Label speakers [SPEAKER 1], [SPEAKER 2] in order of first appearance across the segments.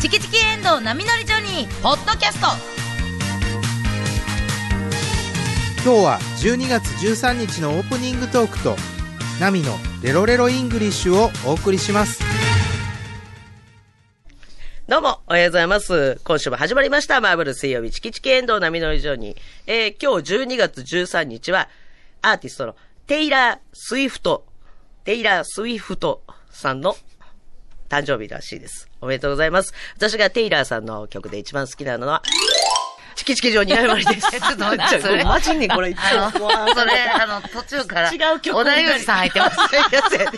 [SPEAKER 1] チキチキエンドウ波乗りジョニー」ポッドキャスト
[SPEAKER 2] 今日は12月13日のオープニングトークとナミのレロレロイングリッシュをお送りします
[SPEAKER 3] どうも、おはようございます。今週も始まりました。マーブル水曜日、チキチキエンドウ波乗りジョニー。えー、今日12月13日は、アーティストのテイラー・スウィフト、テイラー・スウィフトさんの誕生日らしいです。おめでとうございます。私がテイラーさんの曲で一番好きなのは、チキチキジョニー謝りです。 ちょっと
[SPEAKER 1] 待ってそれ
[SPEAKER 3] マジにこれいつ
[SPEAKER 1] あ
[SPEAKER 3] も。
[SPEAKER 1] の、それ、あの、途中から、
[SPEAKER 3] 違う曲
[SPEAKER 1] 小田よりさん入ってます。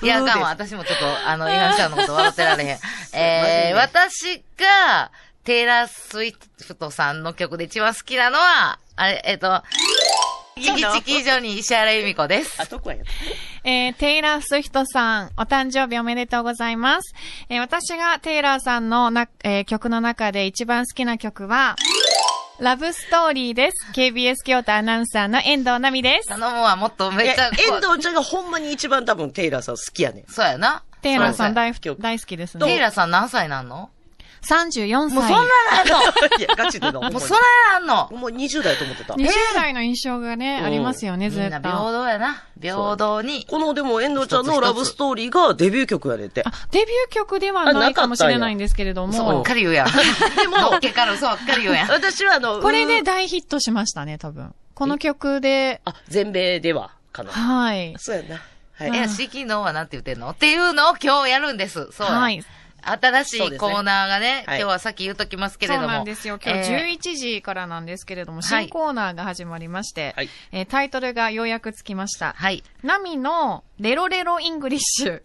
[SPEAKER 1] いや、あかんわ。
[SPEAKER 3] わ。
[SPEAKER 1] 私もちょっと、あの、イハンちゃんのこと笑って られへん。えー、
[SPEAKER 3] マジ
[SPEAKER 1] 私が、テイラー・スウィフトさんの曲で一番好きなのは、あれ、えっ、と、チキチキジョニー石原由美子です。
[SPEAKER 3] あ、どこやった
[SPEAKER 4] えー、テイラー・スウィフトさん、お誕生日おめでとうございます。えー、私がテイラーさんのな、えー曲の中で一番好きな曲は、ラブストーリーです。KBS 京都アナウンサーの遠藤奈美です。
[SPEAKER 1] 頼むわ、もっとめっちゃ、
[SPEAKER 3] いや遠藤ちゃんがほんまに一番多分テイラーさん好きやねん。
[SPEAKER 1] そうやな。
[SPEAKER 4] テイラーさ
[SPEAKER 1] そう
[SPEAKER 4] ん大
[SPEAKER 3] そう
[SPEAKER 4] 大好きです
[SPEAKER 1] そうテイ
[SPEAKER 4] ね。
[SPEAKER 1] ラーさん何歳なんの
[SPEAKER 4] 34歳。
[SPEAKER 1] もうそんなんなんの
[SPEAKER 3] いや、ガチで な。
[SPEAKER 1] もうそんなんあんの
[SPEAKER 3] もう20代と思ってた。
[SPEAKER 4] 20代の印象がね、
[SPEAKER 3] うん
[SPEAKER 4] ありますよね、ず
[SPEAKER 1] み
[SPEAKER 4] っ
[SPEAKER 1] んな平
[SPEAKER 4] と。
[SPEAKER 1] 等やな。平等に。
[SPEAKER 3] この、でも、遠藤ちゃんのラブストーリーがデビュー曲やねんて
[SPEAKER 4] あ。、デビュー曲では
[SPEAKER 3] あなかったん
[SPEAKER 4] な
[SPEAKER 3] や
[SPEAKER 4] いかもしれないんですけれど
[SPEAKER 1] そうば
[SPEAKER 4] も
[SPEAKER 1] っ、かり言うやん。でも、のっけからそうばっかり言うやん。
[SPEAKER 3] 私はあの、
[SPEAKER 4] これ
[SPEAKER 3] う
[SPEAKER 4] で
[SPEAKER 3] ん、
[SPEAKER 4] 大ヒットしましたね、多分。この曲で、
[SPEAKER 3] あ、全米では、かな。
[SPEAKER 4] はい。
[SPEAKER 3] そうやな。は
[SPEAKER 1] え
[SPEAKER 3] い。
[SPEAKER 1] や、四季のはなんて言ってんのっていうのを今日やるんです。そう。
[SPEAKER 4] はい。
[SPEAKER 1] 新し
[SPEAKER 3] そうで
[SPEAKER 1] い
[SPEAKER 3] すね
[SPEAKER 1] コーナーがね、
[SPEAKER 3] は
[SPEAKER 1] 今
[SPEAKER 3] い
[SPEAKER 1] 日はさっき言うときますけれども。
[SPEAKER 4] そうなんですよ。今日
[SPEAKER 1] えー
[SPEAKER 4] 11時からなんですけれども、
[SPEAKER 1] はい
[SPEAKER 4] 新コーナーが始まりまして、
[SPEAKER 3] はい
[SPEAKER 4] えータイトルがようやくつきました。
[SPEAKER 1] はい。
[SPEAKER 4] ナミのレロレロイングリッシ ュ。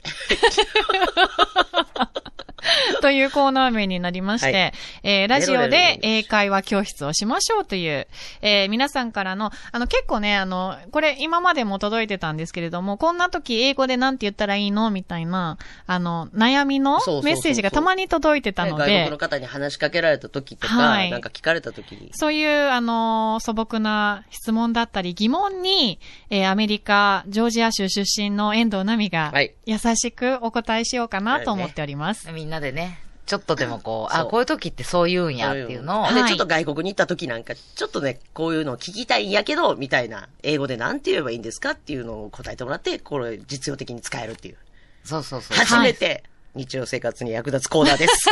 [SPEAKER 4] というコーナー名になりまして、
[SPEAKER 3] は
[SPEAKER 4] えーラジオ
[SPEAKER 3] レロレロイン
[SPEAKER 4] で
[SPEAKER 3] グリッシュ
[SPEAKER 4] 英会話教室をしましょうという、えー皆さんからの、あの結構ね、あの、これ今までも届いてたんですけれども、こんな時英語でなんて言ったらいいのみたいな、あの、悩み
[SPEAKER 3] そう
[SPEAKER 4] の
[SPEAKER 3] そうそうそう
[SPEAKER 4] メッセージがたまに届いてたので、
[SPEAKER 3] 外国の方に話しかけられた時とか、
[SPEAKER 4] はい
[SPEAKER 3] なんか聞かれた時に。
[SPEAKER 4] そういう、あのー素朴な質問だったり疑問に、えーアメリカ、ジョージア州出身の遠藤奈美が
[SPEAKER 3] はい、
[SPEAKER 4] 優しくお答えしようかなと思っております。
[SPEAKER 1] みんなでね、ちょっとでもこう、
[SPEAKER 3] そう
[SPEAKER 1] あ、こういう時ってそう言うんやっていうのを。
[SPEAKER 3] で、
[SPEAKER 4] はい
[SPEAKER 3] ちょっと外国に行った時なんか、ちょっとね、こういうのを聞きたいんやけど、みたいな、英語でなんて言えばいいんですかっていうのを答えてもらって、これ実用的に使えるっていう。
[SPEAKER 1] そうそう そう。
[SPEAKER 3] 初めて、日常生活に役立つコーナーです。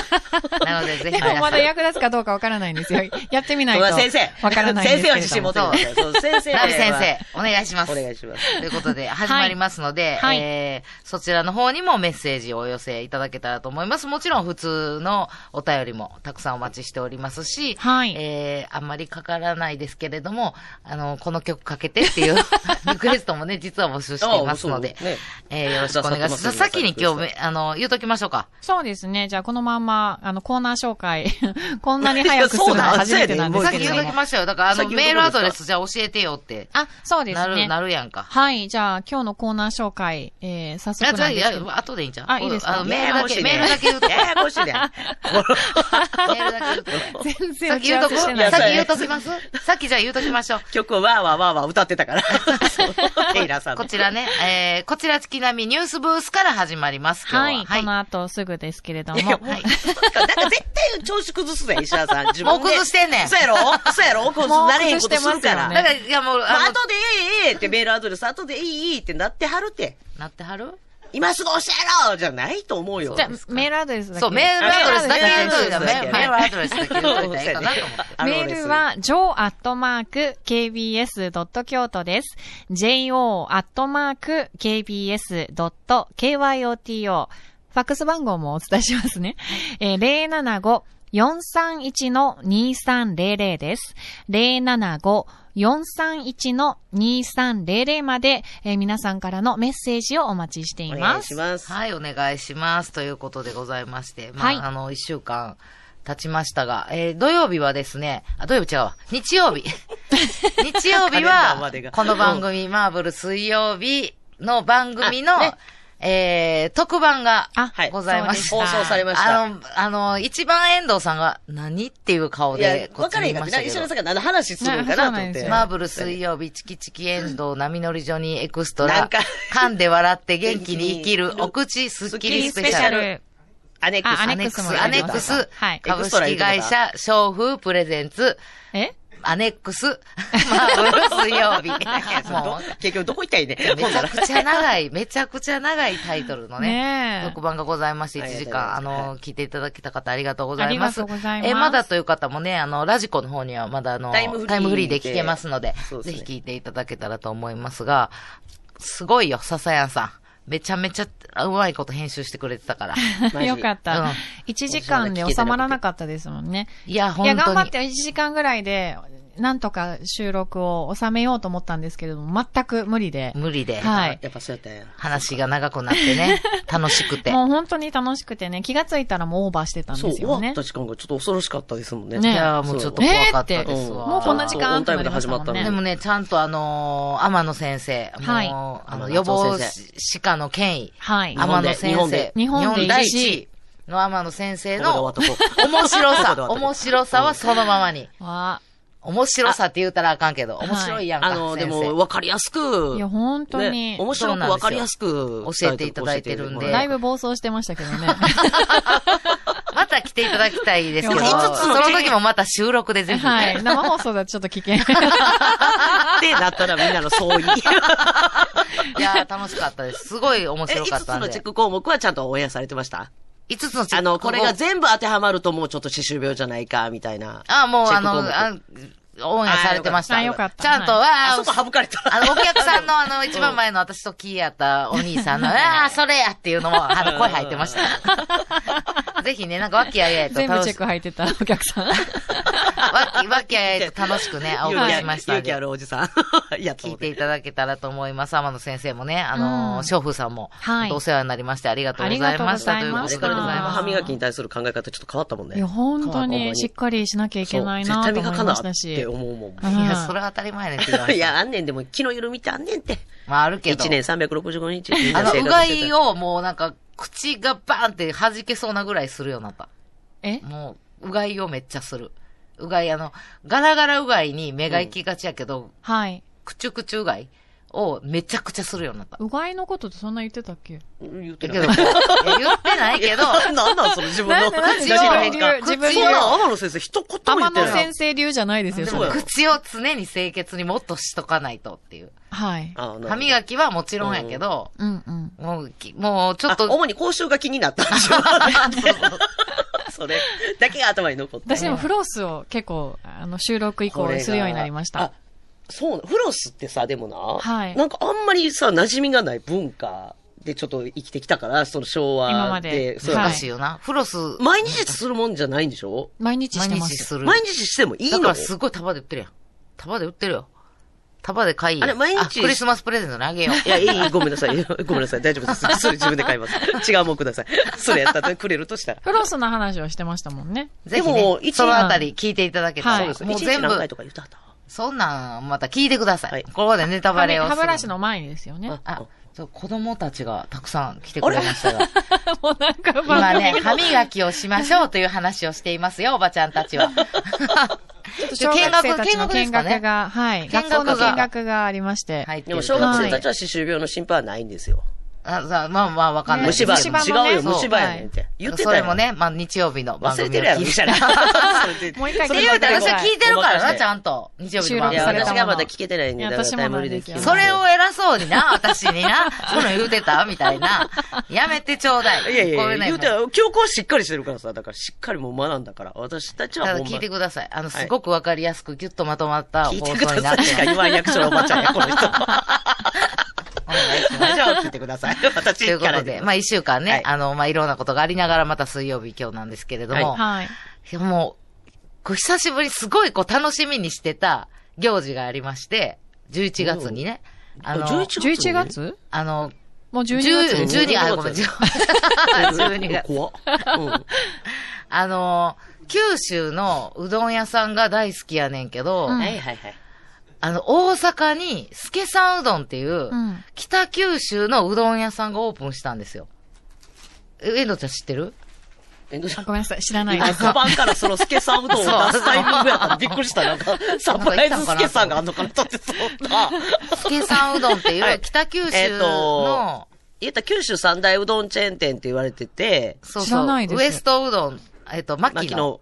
[SPEAKER 1] なのでぜひ
[SPEAKER 4] で
[SPEAKER 1] 皆
[SPEAKER 4] も
[SPEAKER 1] さん。
[SPEAKER 4] まだ役立つかどうかわからないんですよ。やってみない
[SPEAKER 3] こ
[SPEAKER 4] と。
[SPEAKER 3] れは 先生。
[SPEAKER 4] わからないんです
[SPEAKER 3] 先
[SPEAKER 4] け
[SPEAKER 3] 生
[SPEAKER 4] れど
[SPEAKER 3] は
[SPEAKER 4] も。
[SPEAKER 3] 自信持ってください。そう先生は
[SPEAKER 1] ラビ先生、お願いします。
[SPEAKER 3] お願いします。
[SPEAKER 1] ということで、始まりますので、
[SPEAKER 4] はい
[SPEAKER 1] えー、そちらの方にもメッセージをお寄せいただけたらと思います。もちろん、普通のお便りもたくさんお待ちしておりますし、
[SPEAKER 4] はい
[SPEAKER 1] えー、あんまりかからないですけれども、あの、この曲かけてっていう リクエストもね、実は募集していますので
[SPEAKER 3] あ、そうね
[SPEAKER 1] えー、よろしくお願いします。
[SPEAKER 3] くださって
[SPEAKER 1] 先
[SPEAKER 3] ます
[SPEAKER 1] に今日め、あの、言うときましょうか。
[SPEAKER 4] そうですね。じゃあこのまんま、あの、コーナー紹介、 こんなに早くするのは初めてなんです
[SPEAKER 1] さっ
[SPEAKER 4] け
[SPEAKER 1] き
[SPEAKER 4] れ
[SPEAKER 1] 言う
[SPEAKER 4] ど
[SPEAKER 1] と
[SPEAKER 4] も
[SPEAKER 1] き。ましたよ。だから、あの、
[SPEAKER 3] 先言うとこ
[SPEAKER 1] メールアドレ
[SPEAKER 3] です
[SPEAKER 1] ス、じゃあ教えてよって。
[SPEAKER 4] あ、そうです
[SPEAKER 1] なる、
[SPEAKER 4] ね。
[SPEAKER 1] なるやんか。
[SPEAKER 4] はい。じゃあ今日のコーナー紹介、えー、早速
[SPEAKER 1] あ、じゃ
[SPEAKER 4] な
[SPEAKER 1] あ、
[SPEAKER 4] ん
[SPEAKER 1] い
[SPEAKER 4] ですけど。
[SPEAKER 1] や、後でいいんじゃん。
[SPEAKER 4] あいいですか
[SPEAKER 1] あ
[SPEAKER 3] や
[SPEAKER 1] のメー
[SPEAKER 3] や
[SPEAKER 1] ルだ
[SPEAKER 3] こし
[SPEAKER 1] け、
[SPEAKER 3] いね
[SPEAKER 1] メールだけ言うと。
[SPEAKER 3] ややこしいね。
[SPEAKER 1] メールだけ言うと。
[SPEAKER 4] 全然
[SPEAKER 1] さっき言うとこ、
[SPEAKER 4] 打ち合
[SPEAKER 1] さ
[SPEAKER 4] わせして
[SPEAKER 1] っ
[SPEAKER 4] な
[SPEAKER 1] き
[SPEAKER 4] い
[SPEAKER 1] 言うときますさっきじゃあ言うときましょう。
[SPEAKER 3] 曲をわーわーわーわー歌ってたから。テイラーさんの。
[SPEAKER 1] こちらね、えー、こちら月並みニュースブースから始まります。今
[SPEAKER 4] は
[SPEAKER 1] 日
[SPEAKER 4] い。
[SPEAKER 1] は。は
[SPEAKER 4] こ
[SPEAKER 1] い。
[SPEAKER 4] の後すぐですけれども。
[SPEAKER 3] いやもう
[SPEAKER 4] は
[SPEAKER 3] なん
[SPEAKER 4] い。
[SPEAKER 3] か絶対調子崩すね、石原さん。自分
[SPEAKER 1] も
[SPEAKER 3] で
[SPEAKER 1] う崩してんねん。
[SPEAKER 3] そうやろそうやろ崩す。なれへんことするから。
[SPEAKER 4] もう崩してますよね
[SPEAKER 1] だから、いやもう、
[SPEAKER 3] まあ
[SPEAKER 1] あ
[SPEAKER 3] 後でええええってメールアドレス、後でいいいいってなってはるって。
[SPEAKER 1] の、なってはる
[SPEAKER 3] 今すぐ押してやろうじゃないと思うよ。
[SPEAKER 4] じゃあ、メールアドレスだけ。
[SPEAKER 1] そう、メールアドレスだけ言うといた
[SPEAKER 3] メールアドレスだけ
[SPEAKER 1] メールアドレスだけ言うといたらいいかなと思って。
[SPEAKER 4] メールは、jo.kbs.kyoto です。jo.kbs.kyoto。ファックス番号もお伝えしますね。えー、075-431-2300です。075-431-2300まで、えー皆さんからのメッセージをお待ちしてい
[SPEAKER 3] お
[SPEAKER 4] ま
[SPEAKER 3] 願い
[SPEAKER 4] す。
[SPEAKER 3] します。
[SPEAKER 1] はい、お願いします。ということでございまして。まあ、
[SPEAKER 4] はい
[SPEAKER 1] あの、一週間経ちましたが、えー土曜日はですね、あ、土曜日違うわ。日曜日。日曜
[SPEAKER 3] カレン
[SPEAKER 1] 日
[SPEAKER 3] ダーま
[SPEAKER 1] は
[SPEAKER 3] でが、
[SPEAKER 1] この番組、マーブル水曜日の番組の、
[SPEAKER 3] あね
[SPEAKER 1] えー特番が
[SPEAKER 4] あ
[SPEAKER 3] はい
[SPEAKER 1] ございまし
[SPEAKER 3] 放送されました。
[SPEAKER 1] あの、あの、一番遠藤さんが、何っていう顔
[SPEAKER 3] いや
[SPEAKER 1] で、、こ
[SPEAKER 3] わ
[SPEAKER 1] っち
[SPEAKER 3] か
[SPEAKER 1] 見
[SPEAKER 3] らへんか
[SPEAKER 1] ま
[SPEAKER 3] っ。
[SPEAKER 1] したたけ
[SPEAKER 3] 石
[SPEAKER 1] ど
[SPEAKER 3] 原。さんが何の話するんかなと思っ
[SPEAKER 4] なそうなんです
[SPEAKER 3] て。
[SPEAKER 4] よ
[SPEAKER 1] マーブル水曜日、チキチキ遠藤、波乗りジョニーエクスト
[SPEAKER 3] な
[SPEAKER 1] ラ
[SPEAKER 3] んか、
[SPEAKER 1] 噛んで笑って元気に生きる、お口すっきりスペシャル。
[SPEAKER 3] アネックス。
[SPEAKER 4] あアネ
[SPEAKER 1] アネック
[SPEAKER 4] も
[SPEAKER 1] ス、
[SPEAKER 4] や
[SPEAKER 1] ア
[SPEAKER 4] り
[SPEAKER 1] ネ
[SPEAKER 4] ま
[SPEAKER 1] ック
[SPEAKER 4] す
[SPEAKER 1] ス
[SPEAKER 4] はい、
[SPEAKER 1] 株式会社、商風プレゼンツ、
[SPEAKER 4] え
[SPEAKER 1] アネックス、マーブル水曜日。も
[SPEAKER 3] ど結局どこ行ったら いいね。
[SPEAKER 1] う、めちゃくちゃ長い、めちゃくちゃ長いタイトルのね、
[SPEAKER 4] ね
[SPEAKER 1] 特番がございまして、
[SPEAKER 3] あり
[SPEAKER 1] 1
[SPEAKER 3] がとうございます
[SPEAKER 1] 時間、あ
[SPEAKER 3] は
[SPEAKER 1] の、聞いていただけた方ありがとうございます。
[SPEAKER 4] ありがとうございます
[SPEAKER 1] え、まだという方もね、あの、ラジコの方にはまだあの、
[SPEAKER 3] タイムフリーで
[SPEAKER 1] で聞けますので、
[SPEAKER 3] そうです
[SPEAKER 1] ぜ
[SPEAKER 3] ね
[SPEAKER 1] ひ聞いていただけたらと思いますが、すごいよ、笹谷さん。めちゃめちゃ、あうまいこと編集してくれてたから。
[SPEAKER 3] マ
[SPEAKER 4] え。
[SPEAKER 3] ジ
[SPEAKER 4] よかった。
[SPEAKER 1] うん
[SPEAKER 4] 1時間で収まらなかったですもんね。
[SPEAKER 1] いや、
[SPEAKER 4] い
[SPEAKER 1] 本当
[SPEAKER 4] や、
[SPEAKER 1] に。
[SPEAKER 4] 頑張って1時間ぐらいで、なんとか収録を収めようと思ったんですけれども、全く無理で。
[SPEAKER 1] 無理で。
[SPEAKER 4] はい。
[SPEAKER 3] やっぱそうやったんや。
[SPEAKER 1] 話が長くなってね、楽しくて。
[SPEAKER 4] もう本当に楽しくてね、気がついたらもうオーバーしてたん
[SPEAKER 3] そう、
[SPEAKER 4] です
[SPEAKER 3] 終
[SPEAKER 4] よ
[SPEAKER 3] わ
[SPEAKER 4] ね
[SPEAKER 3] っ。た時間がちょっと恐ろしかったですもんね。
[SPEAKER 4] ね
[SPEAKER 1] いやーもうちょっと怖かった
[SPEAKER 4] えー
[SPEAKER 1] ですわ。
[SPEAKER 4] もうこんな時間
[SPEAKER 3] オンタイムで始まったの
[SPEAKER 4] ね
[SPEAKER 1] でもね、ちゃんとあのー天野先生、もう、
[SPEAKER 4] はい
[SPEAKER 1] あの、
[SPEAKER 3] 天野
[SPEAKER 1] 予防
[SPEAKER 3] 先
[SPEAKER 1] し歯科の権威、
[SPEAKER 4] はい。
[SPEAKER 3] あ
[SPEAKER 1] 天野
[SPEAKER 3] 日
[SPEAKER 1] 先
[SPEAKER 3] 本
[SPEAKER 1] 生
[SPEAKER 3] で、
[SPEAKER 4] 日本で
[SPEAKER 1] 第一位の天野先生の
[SPEAKER 3] ここ
[SPEAKER 1] 面
[SPEAKER 3] で終わっとこう
[SPEAKER 1] 白
[SPEAKER 3] ここで終わ
[SPEAKER 1] さ
[SPEAKER 3] っ、とこう
[SPEAKER 1] 面白さはそのままに。
[SPEAKER 4] わ
[SPEAKER 1] 面白さって言うたらあかんけど、
[SPEAKER 4] あ
[SPEAKER 1] 面白いやんか、
[SPEAKER 3] あの、で
[SPEAKER 1] 先生
[SPEAKER 3] も、わかりやすく。
[SPEAKER 4] いや、本当に
[SPEAKER 3] ね、。面白くわかりやすく
[SPEAKER 1] そうなんですよ教えていただいてるんで
[SPEAKER 3] 教え
[SPEAKER 4] だ
[SPEAKER 3] て
[SPEAKER 4] い
[SPEAKER 3] も
[SPEAKER 4] ぶ暴走してましたけどね。
[SPEAKER 1] また来ていただきたいですけど、
[SPEAKER 4] いや
[SPEAKER 1] そ
[SPEAKER 4] い
[SPEAKER 3] つの
[SPEAKER 1] の時もまた収録でぜひ。
[SPEAKER 4] はい。生放送だとちょっと危険。
[SPEAKER 3] ら ってなったらみんなの相違。
[SPEAKER 1] いやー、楽しかったです。すごい面
[SPEAKER 3] え、
[SPEAKER 1] 白か
[SPEAKER 3] 5
[SPEAKER 1] っ
[SPEAKER 3] つ
[SPEAKER 1] たんで。
[SPEAKER 3] のチェック項目はちゃんとオンエアされてました
[SPEAKER 1] 5つのチェック。
[SPEAKER 3] あの、これが全部当てはまるともうちょっと歯周病じゃないか、みたいな。
[SPEAKER 1] あ、もう、
[SPEAKER 3] チェッ
[SPEAKER 1] あ
[SPEAKER 3] ク項
[SPEAKER 1] の、
[SPEAKER 3] 目
[SPEAKER 1] あオンエアされてました。
[SPEAKER 4] あよかった
[SPEAKER 1] ちゃんと、わ
[SPEAKER 3] あ
[SPEAKER 1] あ
[SPEAKER 3] そこ省かれた。
[SPEAKER 1] あの、お客さんの、あの、一番前の私とキーやったお兄さんの、ああ、それやっていうのも、あの、声入ってました。ぜひね、なんか、和気あいあいと
[SPEAKER 4] 全部
[SPEAKER 1] 楽
[SPEAKER 4] チェ
[SPEAKER 1] し
[SPEAKER 4] ッ
[SPEAKER 1] く、
[SPEAKER 4] ク入ってたお客さん。
[SPEAKER 1] 和気、和気あいあいと楽しくね、お送りしましたん
[SPEAKER 3] 勇気
[SPEAKER 1] で
[SPEAKER 3] あ。るおじさん。 いや、
[SPEAKER 1] 聞いていただけたらと思います。天野先生もね、あ
[SPEAKER 4] う
[SPEAKER 1] の、
[SPEAKER 4] ん
[SPEAKER 1] 翔風さんも、
[SPEAKER 4] は
[SPEAKER 1] 本
[SPEAKER 4] い
[SPEAKER 1] 当お世話になりまして、ありがとうございました。
[SPEAKER 4] あ
[SPEAKER 1] とい
[SPEAKER 4] り
[SPEAKER 1] うこと
[SPEAKER 4] がとうござ
[SPEAKER 1] で
[SPEAKER 4] いまし
[SPEAKER 1] ご
[SPEAKER 4] た
[SPEAKER 1] ざい
[SPEAKER 4] あれからの
[SPEAKER 1] ま
[SPEAKER 3] 歯磨きに対する考え方ちょっと変わったもんね。
[SPEAKER 4] いや、本当にしっかりしなきゃいけないなと思いま
[SPEAKER 3] そう
[SPEAKER 4] し
[SPEAKER 3] 絶対磨かな
[SPEAKER 4] た
[SPEAKER 3] っ
[SPEAKER 4] し。
[SPEAKER 3] て思うもん。
[SPEAKER 4] う
[SPEAKER 1] す。
[SPEAKER 4] ん
[SPEAKER 1] いや、それは当たり前ねって言われ
[SPEAKER 3] い
[SPEAKER 1] た。
[SPEAKER 3] や、あんねんでも気の緩みってあんねんって。
[SPEAKER 1] まあ、あるけど。
[SPEAKER 3] 1年365日。みん
[SPEAKER 1] あ
[SPEAKER 3] な
[SPEAKER 1] の、
[SPEAKER 3] 生
[SPEAKER 1] う
[SPEAKER 3] 活
[SPEAKER 1] が
[SPEAKER 3] して
[SPEAKER 1] い
[SPEAKER 3] た
[SPEAKER 1] をもうなんか、口がバーンって弾けそうなぐらいするようになった。
[SPEAKER 4] え
[SPEAKER 1] もう、うがいをめっちゃする。うがい、あの、ガラガラうがいに目が行きがちやけど、
[SPEAKER 4] はい。
[SPEAKER 1] くちゅくちゅうがいをめちゃくちゃするように なった。
[SPEAKER 4] うがいのことってそんな言ってたっけ
[SPEAKER 3] 言って
[SPEAKER 1] けど、
[SPEAKER 3] ない
[SPEAKER 1] いや言って ないけど、
[SPEAKER 3] なんなんその自分の
[SPEAKER 4] なんでなんで
[SPEAKER 3] 写真の変化。
[SPEAKER 4] 自分
[SPEAKER 3] そ
[SPEAKER 4] で
[SPEAKER 3] うなん、天野先生一言も言っ
[SPEAKER 4] 天
[SPEAKER 3] て
[SPEAKER 4] 野
[SPEAKER 3] ない。
[SPEAKER 4] 先生流じゃないですよ、
[SPEAKER 1] で
[SPEAKER 4] そ
[SPEAKER 1] も
[SPEAKER 4] れ
[SPEAKER 3] う。や
[SPEAKER 1] 口を常に清潔にもっとしとかないとっていう。
[SPEAKER 4] はい。
[SPEAKER 1] 歯
[SPEAKER 3] き。
[SPEAKER 1] 磨きはもちろんやけど、
[SPEAKER 4] うんうん。
[SPEAKER 1] もうき、もうちょ
[SPEAKER 3] あ
[SPEAKER 1] っと、
[SPEAKER 3] 主に口臭が気にな ったんでしょ。それだけが頭に残った。
[SPEAKER 4] 私でもフロースを結構、あの、収録以
[SPEAKER 3] こ
[SPEAKER 4] 降
[SPEAKER 3] れが
[SPEAKER 4] するようになりまし。
[SPEAKER 3] あ
[SPEAKER 4] た。
[SPEAKER 3] そうな、フロスってさ、でもな、
[SPEAKER 4] はい
[SPEAKER 3] なんかあんまりさ、馴染みがない文化でちょっと生きてきたから、その昭和で。
[SPEAKER 4] 今まで
[SPEAKER 3] そう、
[SPEAKER 1] 難
[SPEAKER 4] はい
[SPEAKER 1] しいよな。フロス、
[SPEAKER 3] 毎日するもんじゃないんでしょ
[SPEAKER 4] 毎日し
[SPEAKER 1] 毎
[SPEAKER 4] てま
[SPEAKER 1] 日
[SPEAKER 4] す。
[SPEAKER 1] する。
[SPEAKER 3] 毎日してもいい
[SPEAKER 1] だか
[SPEAKER 3] の
[SPEAKER 1] らすごい束で売ってるやん。束で売ってるよ。束で買いや。
[SPEAKER 3] あれ毎日
[SPEAKER 1] クリスマスプレゼントにあげよう。
[SPEAKER 3] いや、いい、ごめんなさい。 ごめんなさい。大丈夫です。それ自分で買い ます。違うもんください。それやったらくれるとしたら。
[SPEAKER 4] フロスの話をしてましたもんね。
[SPEAKER 1] ぜひ
[SPEAKER 3] でも
[SPEAKER 1] ね、
[SPEAKER 3] 一
[SPEAKER 1] そのあたり聞いていただけた
[SPEAKER 4] は
[SPEAKER 1] ら、
[SPEAKER 4] い
[SPEAKER 1] もう全
[SPEAKER 3] 一日何回
[SPEAKER 1] 部、
[SPEAKER 3] とか言ってはった
[SPEAKER 1] そんなんまた聞いてください。
[SPEAKER 3] はい
[SPEAKER 1] ここでネタバ
[SPEAKER 4] 歯
[SPEAKER 1] レをする。
[SPEAKER 4] 歯ブラシの前にですよね。も
[SPEAKER 3] あ
[SPEAKER 1] あ、そう、子供たちがたくさん来てくれましたが、
[SPEAKER 4] うなんか
[SPEAKER 1] 今
[SPEAKER 4] 番組
[SPEAKER 1] ね、歯磨きをしましょうという話をしていますよ、おばちゃん たちは。
[SPEAKER 4] 小学生たちの
[SPEAKER 1] 見学
[SPEAKER 4] 見学
[SPEAKER 1] ですかね。
[SPEAKER 4] が、はい。
[SPEAKER 1] 見学
[SPEAKER 4] 学
[SPEAKER 1] が
[SPEAKER 4] 校の見学がありまして。
[SPEAKER 1] はい。
[SPEAKER 3] でも小学生たちは歯周病の心配はないんですよ。
[SPEAKER 1] あ、さあまあまあ、わかんない。
[SPEAKER 4] ね
[SPEAKER 3] 虫歯、
[SPEAKER 4] 虫歯もね
[SPEAKER 3] 違うよ、
[SPEAKER 1] そう
[SPEAKER 3] 虫歯やねんって。言ってた
[SPEAKER 1] そ
[SPEAKER 3] や
[SPEAKER 1] れ
[SPEAKER 3] ん
[SPEAKER 1] も。ね、まあ日曜日の番
[SPEAKER 3] 忘
[SPEAKER 1] 組
[SPEAKER 3] れ
[SPEAKER 1] を
[SPEAKER 3] てるやろ、
[SPEAKER 1] 聞い
[SPEAKER 3] み
[SPEAKER 1] て
[SPEAKER 3] たい な。
[SPEAKER 4] もう一回
[SPEAKER 1] っ
[SPEAKER 4] そ
[SPEAKER 1] て
[SPEAKER 4] れ
[SPEAKER 1] 言うたら私は聞いてるから
[SPEAKER 3] ごまかし
[SPEAKER 1] な、
[SPEAKER 3] て
[SPEAKER 1] ちゃんと。日曜日の
[SPEAKER 4] 収録
[SPEAKER 3] い
[SPEAKER 1] 番組
[SPEAKER 3] や、
[SPEAKER 4] され
[SPEAKER 3] 私
[SPEAKER 4] た
[SPEAKER 3] がまだ聞けてないんで、
[SPEAKER 4] いや
[SPEAKER 3] だから
[SPEAKER 4] 私も
[SPEAKER 3] タイム
[SPEAKER 4] なん
[SPEAKER 3] リーで
[SPEAKER 4] で
[SPEAKER 3] 聞
[SPEAKER 4] す
[SPEAKER 3] き
[SPEAKER 4] よ
[SPEAKER 3] ます
[SPEAKER 1] それを偉そうにな、私にな。その言うてたみたいな。やめてちょうだい。
[SPEAKER 3] いやい
[SPEAKER 1] こ
[SPEAKER 3] や
[SPEAKER 1] うう
[SPEAKER 3] いや、
[SPEAKER 1] ね
[SPEAKER 3] 言うたら、教育はしっかりしてるからさ、だからしっかりもう学んだから、私たちは
[SPEAKER 1] ただ
[SPEAKER 3] ほん
[SPEAKER 1] 聞
[SPEAKER 3] ま
[SPEAKER 1] いてください。あの、
[SPEAKER 3] はい
[SPEAKER 1] すごくわかりやすく、ぎゅっとまとまった
[SPEAKER 3] 聞い
[SPEAKER 1] 放送
[SPEAKER 3] て
[SPEAKER 1] に
[SPEAKER 3] くださ
[SPEAKER 1] なって
[SPEAKER 3] い。しか言わん役所のおばちゃんや、この人。
[SPEAKER 1] お願いします。
[SPEAKER 3] じゃあ聞いてください。私
[SPEAKER 1] という
[SPEAKER 3] 聞
[SPEAKER 1] こ
[SPEAKER 3] かな
[SPEAKER 1] と
[SPEAKER 3] いで
[SPEAKER 1] で、。まあ一週間ね、
[SPEAKER 3] はい
[SPEAKER 1] あの、まあいろんなことがありながら、また水曜日今日なんですけれども、
[SPEAKER 4] はい。
[SPEAKER 1] いやもう、こう久しぶり、すごいこう楽しみにしてた行事がありまして、11月にね、あの、
[SPEAKER 3] 11
[SPEAKER 4] 11月
[SPEAKER 1] あの、
[SPEAKER 4] もう12月
[SPEAKER 1] 10 12あ、ごめん、12月。
[SPEAKER 3] 怖っ。
[SPEAKER 1] あの、九州のうどん屋さんが大好きやねんけど、
[SPEAKER 4] うん
[SPEAKER 3] はいはいはい。
[SPEAKER 1] あの、大阪に、助さんうどんっていう、
[SPEAKER 4] うん
[SPEAKER 1] 北九州のうどん屋さんがオープンしたんですよ。え、遠藤ちゃん知って る
[SPEAKER 3] え、どうし
[SPEAKER 4] あ
[SPEAKER 3] た
[SPEAKER 4] ごめんなさい、知らないです。
[SPEAKER 3] カバンからそのスケさんうどんを出すタイミングやったらびっくりした。なん か、サプライズスケさんがあんのかなとってそうだ。
[SPEAKER 1] 助さんうどんってい
[SPEAKER 3] は
[SPEAKER 1] う、
[SPEAKER 3] い
[SPEAKER 1] 北九州
[SPEAKER 3] えっ
[SPEAKER 1] の
[SPEAKER 3] と、言ったら九州三大うどんチェーン店って言われてて、
[SPEAKER 1] そうそう。
[SPEAKER 4] 知らないです
[SPEAKER 1] ウエストうどん、えっと、マ
[SPEAKER 3] 牧
[SPEAKER 1] キの。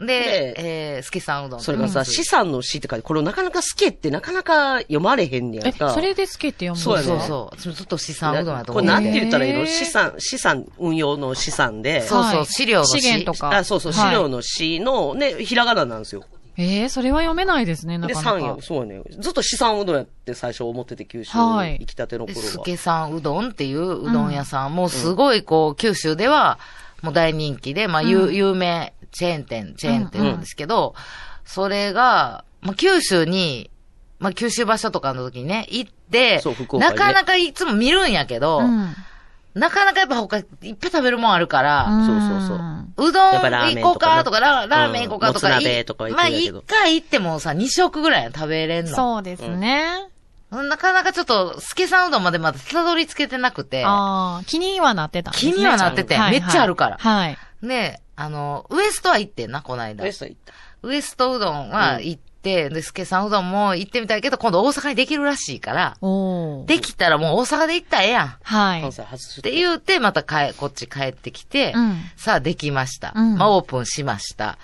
[SPEAKER 3] の、
[SPEAKER 1] で、えー、スケさんうどん。
[SPEAKER 3] それがさ、資産の死って書いて、これなかなかスケってなかなか読まれへんねや
[SPEAKER 4] え、
[SPEAKER 3] んか。
[SPEAKER 4] それでスケって読む
[SPEAKER 3] そうやね
[SPEAKER 1] そうそう。私もずっと資産うどんやと
[SPEAKER 3] こ
[SPEAKER 1] 思
[SPEAKER 3] れな
[SPEAKER 1] う。
[SPEAKER 3] んて言ったらいい
[SPEAKER 4] へ
[SPEAKER 3] の
[SPEAKER 4] ー
[SPEAKER 3] 資産、資産運用の資産で、
[SPEAKER 1] そうそう、
[SPEAKER 4] はい
[SPEAKER 1] 資料の資
[SPEAKER 4] 資源とか
[SPEAKER 3] あそうそう、資
[SPEAKER 4] はい
[SPEAKER 3] 料の資の、ね、ひらがななんですよ。
[SPEAKER 4] えー、それは読めないですね、な
[SPEAKER 3] で、
[SPEAKER 4] かな
[SPEAKER 3] 三や
[SPEAKER 4] か。
[SPEAKER 3] そうやね。ずっと資産うどんやって最初思ってて、九州
[SPEAKER 4] はい
[SPEAKER 3] 行きたての
[SPEAKER 1] で
[SPEAKER 3] 頃
[SPEAKER 1] す
[SPEAKER 3] は。
[SPEAKER 1] けさんうどんっていううどん屋さん、もうすごいこう、九州ではもう大人気で、まあ、有
[SPEAKER 4] うん
[SPEAKER 1] 有名チェーン店、チェーン店
[SPEAKER 4] うん
[SPEAKER 1] なんですけど、それが、まあ、九州に、まあ、九州場所とかの時にね、行って、
[SPEAKER 3] そう福岡
[SPEAKER 1] な
[SPEAKER 3] ね
[SPEAKER 1] かなかいつも見るんやけど、
[SPEAKER 4] うん
[SPEAKER 1] なかなかやっぱ他いっぱい食べるもんあるから、
[SPEAKER 3] そうそうそうん
[SPEAKER 1] うどん
[SPEAKER 3] やっぱラーメ
[SPEAKER 1] 行
[SPEAKER 3] ン
[SPEAKER 1] ことう
[SPEAKER 3] かな
[SPEAKER 1] かとか、ララーメン行こうかとか、
[SPEAKER 3] うんもつ鍋とか
[SPEAKER 1] い
[SPEAKER 3] 行く
[SPEAKER 1] まあ
[SPEAKER 3] んやけ
[SPEAKER 1] 一
[SPEAKER 3] ど
[SPEAKER 1] 回行ってもさ、二食ぐらいは食べれんの。
[SPEAKER 4] そうですね。
[SPEAKER 1] なかなかちょっと、スケさんうどんまでまだたどり着けてなくて、
[SPEAKER 4] ああ、気にはなってたんですね。
[SPEAKER 1] 気にはなってて
[SPEAKER 4] はいはい
[SPEAKER 1] めっちゃあるから
[SPEAKER 4] はい。
[SPEAKER 1] ねえ、あの、ウエストは行ってんな、この間。
[SPEAKER 3] ウエスト行った。
[SPEAKER 1] ウエストうどんは行って、で、スケさんうどんも行ってみたいけど、今度大阪にできるらしいから、
[SPEAKER 4] おー。
[SPEAKER 1] できたらもう大阪で行ったらええやん。っ
[SPEAKER 4] はい。
[SPEAKER 3] 関西外してて。
[SPEAKER 1] 言うて、また帰、こっち帰ってきて、
[SPEAKER 4] うん
[SPEAKER 1] さあできました。
[SPEAKER 4] うん
[SPEAKER 1] まあオープンしました。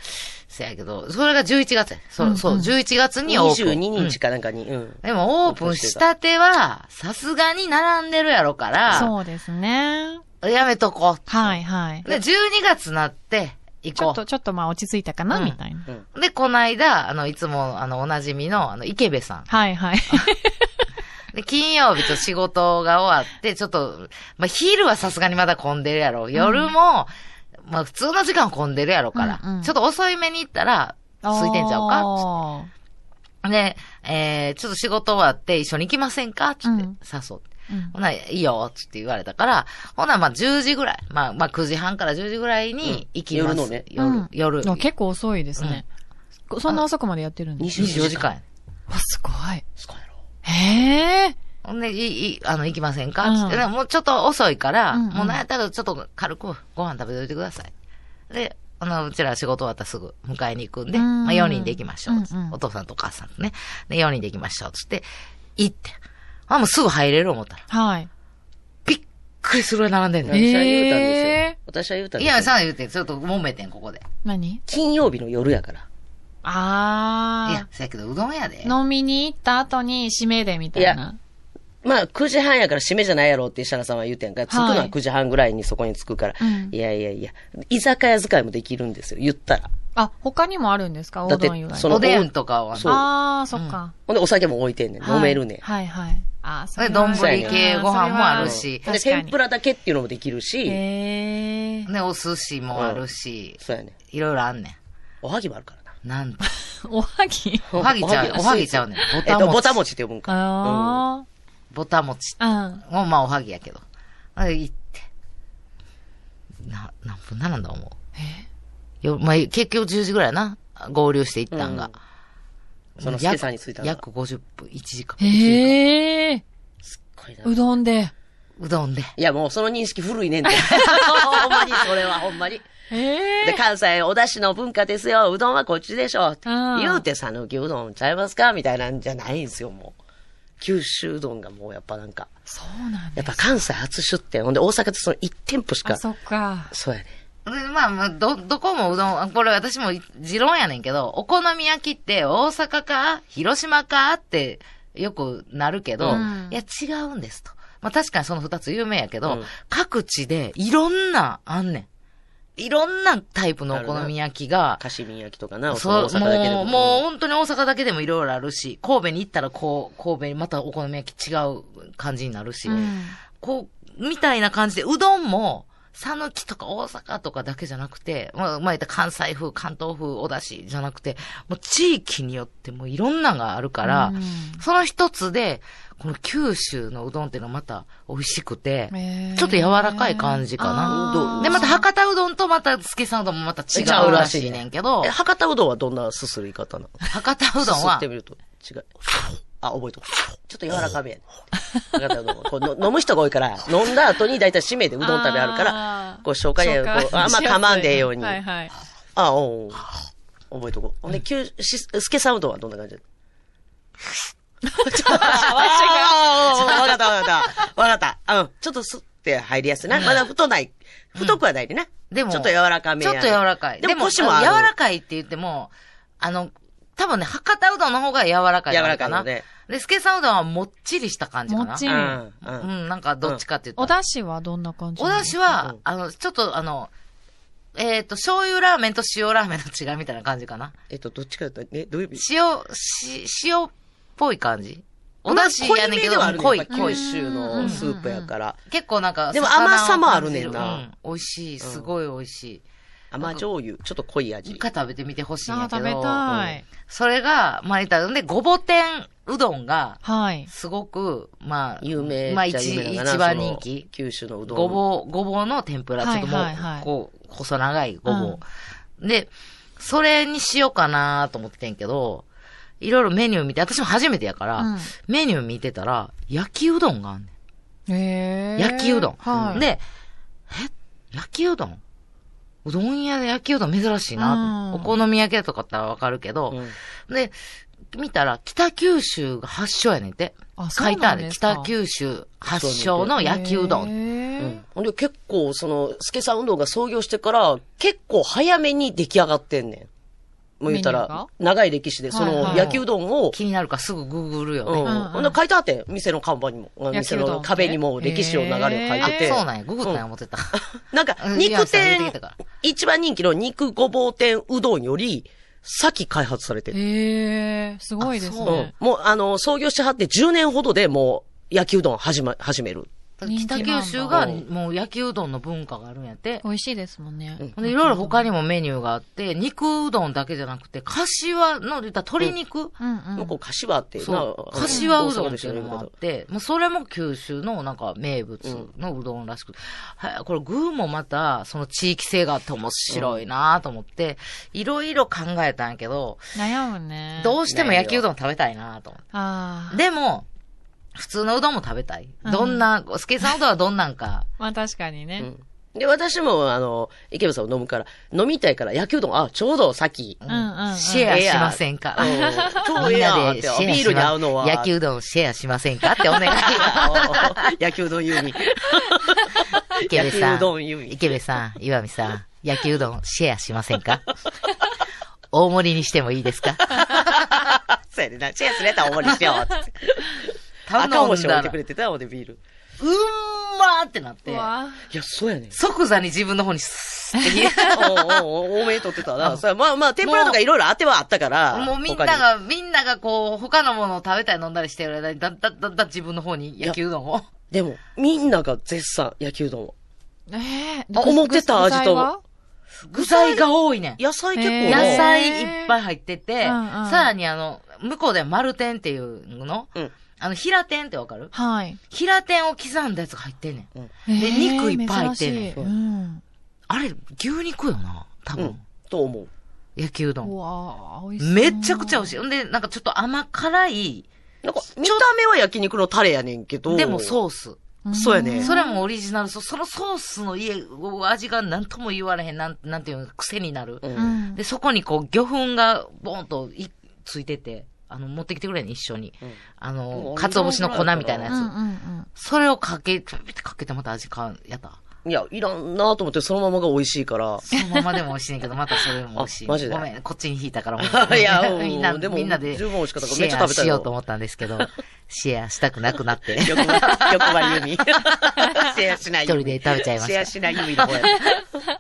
[SPEAKER 1] せやけど、それが11月やそう、
[SPEAKER 4] うんうん
[SPEAKER 1] そう、11月にオープン。
[SPEAKER 3] 22日かなんかに、うん。
[SPEAKER 1] でも、オープンしたては、さすがに並んでるやろから、
[SPEAKER 4] そうですね。
[SPEAKER 1] やめとこう。
[SPEAKER 4] はい、はい。
[SPEAKER 1] で、12月になって、行
[SPEAKER 4] ちょ
[SPEAKER 1] こ
[SPEAKER 4] っ
[SPEAKER 1] う
[SPEAKER 4] と、。ちょっとまあ落ち着いたかな、
[SPEAKER 1] うん
[SPEAKER 4] みたいな。
[SPEAKER 1] で、この間、あの、いつも、あの、おなじみの、あの、池部さん。
[SPEAKER 4] は い、はい。
[SPEAKER 1] で、金曜日と仕事が終わって、ちょっと、まあ、昼はさすがにまだ混んでるやろ。夜も、まあ、普通の時間は混んでるやろから、
[SPEAKER 4] うんうん
[SPEAKER 1] ちょっと遅い目に行ったら、空いてんちゃうか
[SPEAKER 4] か
[SPEAKER 1] で、えー、ちょっと仕事終わって一緒に行きませんかつって、
[SPEAKER 4] うん
[SPEAKER 1] 誘って。
[SPEAKER 4] うん
[SPEAKER 1] ほな、いいよ、つって言われたから、ほな、まあ、10時ぐらい、まあ、まあ、9時半から10時ぐらいに行きます。
[SPEAKER 3] うん夜のね
[SPEAKER 1] 夜、
[SPEAKER 4] うん
[SPEAKER 1] 夜。
[SPEAKER 4] あ結構遅いですね。そんな遅くまでやってるんです
[SPEAKER 3] 24
[SPEAKER 1] 24時間。
[SPEAKER 4] わ、すごい。
[SPEAKER 3] すごいやろ。
[SPEAKER 4] へえ。
[SPEAKER 1] ほんで、いい、あの、行きませんか
[SPEAKER 4] うん
[SPEAKER 1] つって、でももうちょっと遅いから、
[SPEAKER 4] うんうん
[SPEAKER 1] もうなんやったらちょっと軽くご飯食べといてください。で、あの、うちら仕事終わったらすぐ迎えに行くんで、
[SPEAKER 4] うん
[SPEAKER 1] まあ4人で行きましょう、つって
[SPEAKER 4] うんうん
[SPEAKER 1] お父さんとお母さんとね。で、4人で行きましょう。つって、行って。あ、もうすぐ入れる思ったら。
[SPEAKER 4] はい。
[SPEAKER 1] びっくりするぐらい並んでん
[SPEAKER 3] 私
[SPEAKER 1] の
[SPEAKER 3] は
[SPEAKER 1] よ。
[SPEAKER 4] え
[SPEAKER 3] 言うたんですよ。
[SPEAKER 4] え
[SPEAKER 3] 私は言うたん
[SPEAKER 1] い
[SPEAKER 3] ですよ。
[SPEAKER 1] や、さあ言うて、ちょっと揉めてん、ここで。
[SPEAKER 4] 何
[SPEAKER 3] 金曜日の夜やから。
[SPEAKER 1] い
[SPEAKER 4] あ
[SPEAKER 1] や、せやけど、うどんやで
[SPEAKER 4] あ。。飲みに行った後に締めでみたい
[SPEAKER 3] い
[SPEAKER 4] な。
[SPEAKER 3] まあ、9時半やから締めじゃないやろって石原さんは言うてんから、着くの
[SPEAKER 4] は
[SPEAKER 3] はい9時半ぐらいにそこに着くから、
[SPEAKER 4] うん
[SPEAKER 3] いやいやいや、居酒屋使いもできるんですよ、言ったら。
[SPEAKER 4] あ、他にもあるんですかお
[SPEAKER 3] だって
[SPEAKER 4] どん以外。
[SPEAKER 3] その
[SPEAKER 1] おでんとかは。
[SPEAKER 3] そう
[SPEAKER 4] ああ、そっか。
[SPEAKER 3] ほんで、お酒も置いてんねん。
[SPEAKER 4] はい
[SPEAKER 3] 飲めるねん。
[SPEAKER 4] はいはい。ああ、それは
[SPEAKER 1] 丼
[SPEAKER 3] 系
[SPEAKER 1] ご飯もあるし
[SPEAKER 4] そ
[SPEAKER 3] で、
[SPEAKER 4] れは確か
[SPEAKER 3] 天
[SPEAKER 4] に
[SPEAKER 3] ぷ。らだけっていうのもできるし、
[SPEAKER 4] へえ。
[SPEAKER 1] ね、お寿司もあるし、
[SPEAKER 3] そうやねん。
[SPEAKER 1] いろいろあんね
[SPEAKER 3] おはぎもあるからな。
[SPEAKER 1] ん。なんと。
[SPEAKER 4] おはぎ
[SPEAKER 1] おはぎちゃう、おはぎちゃうねん。
[SPEAKER 3] えっと、ぼ
[SPEAKER 1] ぼ
[SPEAKER 3] た
[SPEAKER 1] た
[SPEAKER 3] も
[SPEAKER 1] もち。
[SPEAKER 3] ちって呼ぶんか。
[SPEAKER 4] あ
[SPEAKER 1] ぼたもち
[SPEAKER 4] あ。うん。
[SPEAKER 1] もうまあおはぎやけど。あ行って。な、何分並んだ思うよ、まあ結局10時ぐらいやな。合流して行ったんが。
[SPEAKER 3] その
[SPEAKER 1] もう
[SPEAKER 3] 助
[SPEAKER 1] 約
[SPEAKER 3] さんに着いたのが
[SPEAKER 1] 約50分、1時間。1時
[SPEAKER 4] へえ。
[SPEAKER 3] これな
[SPEAKER 4] うどんで。
[SPEAKER 1] 間うどんで。
[SPEAKER 3] いや、もうその認識古いねんて。ほんまに、それはほんまに。
[SPEAKER 4] へ
[SPEAKER 3] で、
[SPEAKER 4] え。
[SPEAKER 3] 関西、お出汁の文化ですよ。うどんはこっちでしょ。
[SPEAKER 4] うん
[SPEAKER 3] 言うて、さぬきうどんちゃいますかみたいなんじゃないんですよ、もう。九州うどんがもうやっぱなんか。
[SPEAKER 4] そうなん
[SPEAKER 3] や
[SPEAKER 4] で
[SPEAKER 3] っ
[SPEAKER 4] す
[SPEAKER 3] ぱ関西初出店。ほんで、大阪ってその1店舗し
[SPEAKER 4] あ、
[SPEAKER 3] か。
[SPEAKER 4] そっか。
[SPEAKER 3] そうやね。
[SPEAKER 1] でまあまあ、ど、どこもうどんあ、これ私も持論やねんけど、お好み焼きって大阪か、広島かってよくなるけど、
[SPEAKER 4] うん
[SPEAKER 1] いや違うんですと。まあ確かにその二つ有名やけど、
[SPEAKER 3] うん
[SPEAKER 1] 各地でいろんなあんねん。いろんなタイプのお好み焼きが、
[SPEAKER 3] カシミ焼きとかな、そ
[SPEAKER 1] そう
[SPEAKER 3] の大、阪だけで
[SPEAKER 1] も
[SPEAKER 3] も。
[SPEAKER 1] う、もう本当に大阪だけでもいろいろあるし、神戸に行ったらこう、神戸にまたお好み焼き違う感じになるし、
[SPEAKER 4] うん。
[SPEAKER 1] こう、みたいな感じで、うどんも、さぬきとか大阪とかだけじゃなくて、まあ、まあ、言ったら関西風、関東風、お出汁じゃなくて、もう地域によってもういろんなのがあるから、
[SPEAKER 4] うん
[SPEAKER 1] その一つで、この九州のうどんっていうのはまた美味しくて、
[SPEAKER 4] へー
[SPEAKER 1] ちょっと柔らかい感じかな
[SPEAKER 4] あー
[SPEAKER 1] で、また博多うどんとまた助さんうどんもまた違うらしいねんけど
[SPEAKER 3] え、博多うどんはどんなすする言い方なの
[SPEAKER 1] 博多うどん
[SPEAKER 3] すすっ
[SPEAKER 1] は
[SPEAKER 3] て、みると違う。あ、覚えとこうちょっと柔らかめやね。博多うどんはこうの飲む人が多いから、飲んだ後に大体締めでうどん食べあるから、
[SPEAKER 4] ら
[SPEAKER 3] こう消化にこうあんま噛まんでええように
[SPEAKER 4] はいはい。
[SPEAKER 3] あ、おうおう覚えとこう。ほんで、きゅうし、すけさんうどんはどんな感 じだちょっと、わかったわかった。わかった。うん。ちょっとす、て入りやすいな。まだ太ない。太くはないでな。
[SPEAKER 1] でも
[SPEAKER 3] ちょっと柔らかめ
[SPEAKER 1] ちょ
[SPEAKER 3] や
[SPEAKER 1] っと柔らかい。
[SPEAKER 3] でも腰もあ
[SPEAKER 1] 柔
[SPEAKER 3] る。
[SPEAKER 1] らかいって言っても、あの、多分ね、博多うどんの方が柔らかい
[SPEAKER 3] 柔
[SPEAKER 1] のあ
[SPEAKER 3] ら
[SPEAKER 1] る
[SPEAKER 3] か
[SPEAKER 1] か
[SPEAKER 3] い
[SPEAKER 1] な。
[SPEAKER 3] のね。
[SPEAKER 1] で、スケさんうどんはもっちりした感じかな。
[SPEAKER 4] もっち
[SPEAKER 3] う
[SPEAKER 4] り
[SPEAKER 3] ん。う。
[SPEAKER 1] うんん、なんかどっちかって言
[SPEAKER 4] お
[SPEAKER 1] ったら。
[SPEAKER 4] 出汁はどんな感じ
[SPEAKER 1] お出汁
[SPEAKER 3] う
[SPEAKER 1] は
[SPEAKER 3] ん、
[SPEAKER 1] あの、ちょっとあの、えっ、と、醤油ラーメンと塩ラーメンの違いみたいな感じかな。
[SPEAKER 3] えっと、どっちかだったえ、どういう意味
[SPEAKER 1] 塩、し、塩っぽい感じ。お
[SPEAKER 3] まあ
[SPEAKER 1] 出汁やねんけ
[SPEAKER 3] 濃いめ
[SPEAKER 1] ど、
[SPEAKER 3] ではあるね
[SPEAKER 1] 濃
[SPEAKER 3] や
[SPEAKER 1] い、
[SPEAKER 3] っぱ
[SPEAKER 1] 濃
[SPEAKER 3] 九
[SPEAKER 1] い。
[SPEAKER 3] 州のスープやから。
[SPEAKER 1] 結構なんか、
[SPEAKER 3] でも
[SPEAKER 1] 魚を
[SPEAKER 3] 甘さもあるねんな
[SPEAKER 1] 感じるうん、美味しい、すごい美味しい。
[SPEAKER 3] 甘醤油、ちょっと濃い味
[SPEAKER 1] 一。回食べてみてほしいん
[SPEAKER 4] あ
[SPEAKER 1] や
[SPEAKER 4] ー
[SPEAKER 1] け
[SPEAKER 4] 食
[SPEAKER 1] ど。
[SPEAKER 4] べたい。
[SPEAKER 1] それが、まあ、言ったらで、ごぼ天うどんが、
[SPEAKER 4] はい。
[SPEAKER 1] すごく、まあ、
[SPEAKER 3] 有名
[SPEAKER 1] まあ、
[SPEAKER 3] っちゃ
[SPEAKER 1] 一、
[SPEAKER 3] 有名だな
[SPEAKER 1] 一番人気
[SPEAKER 3] その。九州のうどん。
[SPEAKER 1] ごぼう、ごぼうの天ぷら、
[SPEAKER 4] は
[SPEAKER 1] ち
[SPEAKER 4] い
[SPEAKER 1] ょっともう
[SPEAKER 4] はいはい、
[SPEAKER 1] こう、細長いごぼう。で、それにしようかなと思ってんけど、いろいろメニュー見て、私も初めてやから、
[SPEAKER 4] うん
[SPEAKER 1] メニュー見てたら、焼きうどんがあんね
[SPEAKER 4] え
[SPEAKER 1] ん。焼きうどん。
[SPEAKER 4] はい。
[SPEAKER 1] で、え焼きうどんうどん屋で焼きうどん珍しいなと、
[SPEAKER 4] うん
[SPEAKER 1] お好み焼き屋とかだったらわかるけど、
[SPEAKER 3] うん。
[SPEAKER 1] で、見たら、北九州が発祥やねんて。
[SPEAKER 4] あ
[SPEAKER 1] 書いてある。
[SPEAKER 4] そ
[SPEAKER 1] 北
[SPEAKER 4] うなんですか
[SPEAKER 1] 九州発祥の焼きうどん。
[SPEAKER 4] へ
[SPEAKER 3] う
[SPEAKER 4] ー
[SPEAKER 3] ん。ほんで結構、その、助さん運動が創業してから、結構早めに出来上がってんねん。もう言った
[SPEAKER 4] メニュ
[SPEAKER 3] ら
[SPEAKER 4] ーが、
[SPEAKER 3] 長い歴史で、そ
[SPEAKER 4] はいは
[SPEAKER 3] の、
[SPEAKER 4] い
[SPEAKER 3] 焼きうどんを、
[SPEAKER 1] 気になるからすぐグーグるよ
[SPEAKER 3] う
[SPEAKER 1] ね。
[SPEAKER 4] うん
[SPEAKER 3] ん。ほんで書いてあって、店の看板にも、
[SPEAKER 4] 焼き
[SPEAKER 3] 店
[SPEAKER 4] うどんって
[SPEAKER 3] の壁にも歴史を流れ書い
[SPEAKER 1] あ
[SPEAKER 3] てて。、
[SPEAKER 1] そうなんや。ググったんや、思ってた。
[SPEAKER 3] なんか
[SPEAKER 1] う、ん
[SPEAKER 3] 肉
[SPEAKER 1] イアンさん言う
[SPEAKER 3] 店
[SPEAKER 1] てきたから、
[SPEAKER 3] 一番人気の肉ごぼう天うどんより、先開発されてる。
[SPEAKER 4] へえ、すごいです
[SPEAKER 1] あ
[SPEAKER 3] う
[SPEAKER 4] ね
[SPEAKER 3] ん。。もう、あの、創業してはって10年ほどでもう、焼きうどん始ま、始める。
[SPEAKER 4] 人気な
[SPEAKER 1] 北
[SPEAKER 4] んだ
[SPEAKER 1] 九州がもう焼きうどんの文化があるんやって。
[SPEAKER 4] 美味しいですもんね。
[SPEAKER 1] ほんでいろいろ他にもメニューがあって、肉うどんだけじゃなくて、柏の、言ったら鶏肉
[SPEAKER 4] うんうん。
[SPEAKER 3] 向こう、柏っていうな
[SPEAKER 1] そう。。
[SPEAKER 3] あの
[SPEAKER 1] 柏うど
[SPEAKER 3] 大阪の
[SPEAKER 1] んって
[SPEAKER 3] 人
[SPEAKER 1] い
[SPEAKER 3] が
[SPEAKER 1] うの
[SPEAKER 3] 言け
[SPEAKER 1] もあっ
[SPEAKER 3] ど
[SPEAKER 1] て、もうそれも九州のなんか名物のうどんらしくて、はい、これ具もまた、その地域性があって面白いなと思って、いろいろ考えたんやけど、
[SPEAKER 4] 悩むね。
[SPEAKER 1] どうしても焼きうどん食べたいなと思って。
[SPEAKER 4] ああ。
[SPEAKER 1] でも、普通のうどんも食べたい。
[SPEAKER 4] うん
[SPEAKER 1] どんな、スケさんうどんはどんなんか、
[SPEAKER 4] まあ確かにね。
[SPEAKER 3] うんで、私も、あの、池部さんを飲むから、飲みたいから、焼きうどん、あ、ちょうどさっき。
[SPEAKER 4] うんうんうん。
[SPEAKER 1] シェアしませんか
[SPEAKER 3] うんちょうど
[SPEAKER 1] み
[SPEAKER 3] ええ
[SPEAKER 1] ん
[SPEAKER 3] やん
[SPEAKER 1] な
[SPEAKER 3] っ
[SPEAKER 1] で
[SPEAKER 3] て、
[SPEAKER 1] シ
[SPEAKER 3] あ
[SPEAKER 1] ェア
[SPEAKER 3] ビール
[SPEAKER 1] し
[SPEAKER 3] に合
[SPEAKER 1] ま
[SPEAKER 3] うのは。
[SPEAKER 1] 焼きうどんシェアしませんかってお願い。
[SPEAKER 3] 焼きうどん由美。
[SPEAKER 1] 池部さ
[SPEAKER 3] 焼きうど
[SPEAKER 1] ん、
[SPEAKER 3] ん由美
[SPEAKER 1] 池部さん、岩見さん、焼きうどんシェアしませんか大盛りにしてもいいですか
[SPEAKER 3] そうやねんな。チェアするやったら大盛りしようって。
[SPEAKER 1] 頼ん
[SPEAKER 3] 赤星置
[SPEAKER 1] だ
[SPEAKER 3] いて
[SPEAKER 1] ら、
[SPEAKER 3] く
[SPEAKER 1] う
[SPEAKER 3] れてたほんでビール。
[SPEAKER 1] んまーってなっ
[SPEAKER 4] う
[SPEAKER 1] て、
[SPEAKER 4] わ
[SPEAKER 3] いや、そうやねん。
[SPEAKER 1] 即座に自分の方にスーって 冷え
[SPEAKER 3] おうおうおう多めに取ってたな。それまあまあ、天ぷらとかいろいろあてはあったから。
[SPEAKER 1] もうみん
[SPEAKER 3] 他
[SPEAKER 1] な
[SPEAKER 3] に。
[SPEAKER 1] が、みんながこう、他のものを食べたり飲んだりしてる間に、だんだんだんだん自分の方に焼きうどんを。
[SPEAKER 3] でも、みんなが絶賛、焼きうどんを。
[SPEAKER 4] ええ
[SPEAKER 3] あ思ってた味と
[SPEAKER 1] 具材が多いねん。
[SPEAKER 3] 野菜結
[SPEAKER 4] へ
[SPEAKER 1] 野
[SPEAKER 3] 構
[SPEAKER 4] ー
[SPEAKER 3] ね。
[SPEAKER 1] 菜いっぱい入ってて、
[SPEAKER 4] うんうん
[SPEAKER 1] さらにあの、向こうでは丸天っていうの
[SPEAKER 3] うん。
[SPEAKER 1] あの、平天ってわかる
[SPEAKER 4] はい。
[SPEAKER 1] 平天を刻んだやつが入ってんねん。
[SPEAKER 4] で
[SPEAKER 1] 肉いっぱい入ってんねん
[SPEAKER 4] うん。
[SPEAKER 1] あれ、牛肉よな多
[SPEAKER 3] う
[SPEAKER 1] 分、
[SPEAKER 3] ん。と思う。
[SPEAKER 1] 焼きうど。
[SPEAKER 4] うんわあ、美味しそう。
[SPEAKER 1] めちゃくちゃ美味しい。ほんで、なんかちょっと甘辛い、
[SPEAKER 3] なんか、見た目は焼肉のタレやねんけど。
[SPEAKER 1] でもソース。
[SPEAKER 4] ん
[SPEAKER 3] そうやね
[SPEAKER 1] それもオリジナルソース。そのソースの家、味が何とも言われへん、なん、なんていうの、癖になる。
[SPEAKER 3] う。
[SPEAKER 4] うんん。
[SPEAKER 1] で、そこにこう、魚粉がボーンといついてて、あの、持ってきてくれんね、一緒に。
[SPEAKER 3] うん
[SPEAKER 1] あ
[SPEAKER 3] も
[SPEAKER 1] の、
[SPEAKER 3] う
[SPEAKER 1] かつお節の粉みたいなやつ。
[SPEAKER 4] うんうんうん。
[SPEAKER 1] それをかけ、ピピってかけてまた味か、やった。
[SPEAKER 3] いや、いらんなと思って、そのままが美味しいから。
[SPEAKER 1] そのままでも美味しいねんけど、またそれも美味しい。
[SPEAKER 3] あマジで
[SPEAKER 1] ごめん、こっちに引いたからもう。
[SPEAKER 3] いやうん
[SPEAKER 1] みんな、
[SPEAKER 3] でも
[SPEAKER 1] みんなで、シ
[SPEAKER 3] 十分美味しかったからめっちゃ
[SPEAKER 1] ェア
[SPEAKER 3] 食べたよ
[SPEAKER 1] しようと思ったんですけど、 シェアしたくなくなって、
[SPEAKER 3] 欲張欲張り由美。シェアしない
[SPEAKER 1] 一
[SPEAKER 3] 由
[SPEAKER 1] 人
[SPEAKER 3] 美。
[SPEAKER 1] で食べちゃいま
[SPEAKER 3] シェア
[SPEAKER 1] し
[SPEAKER 3] しない由美の 方や。うん
[SPEAKER 1] た。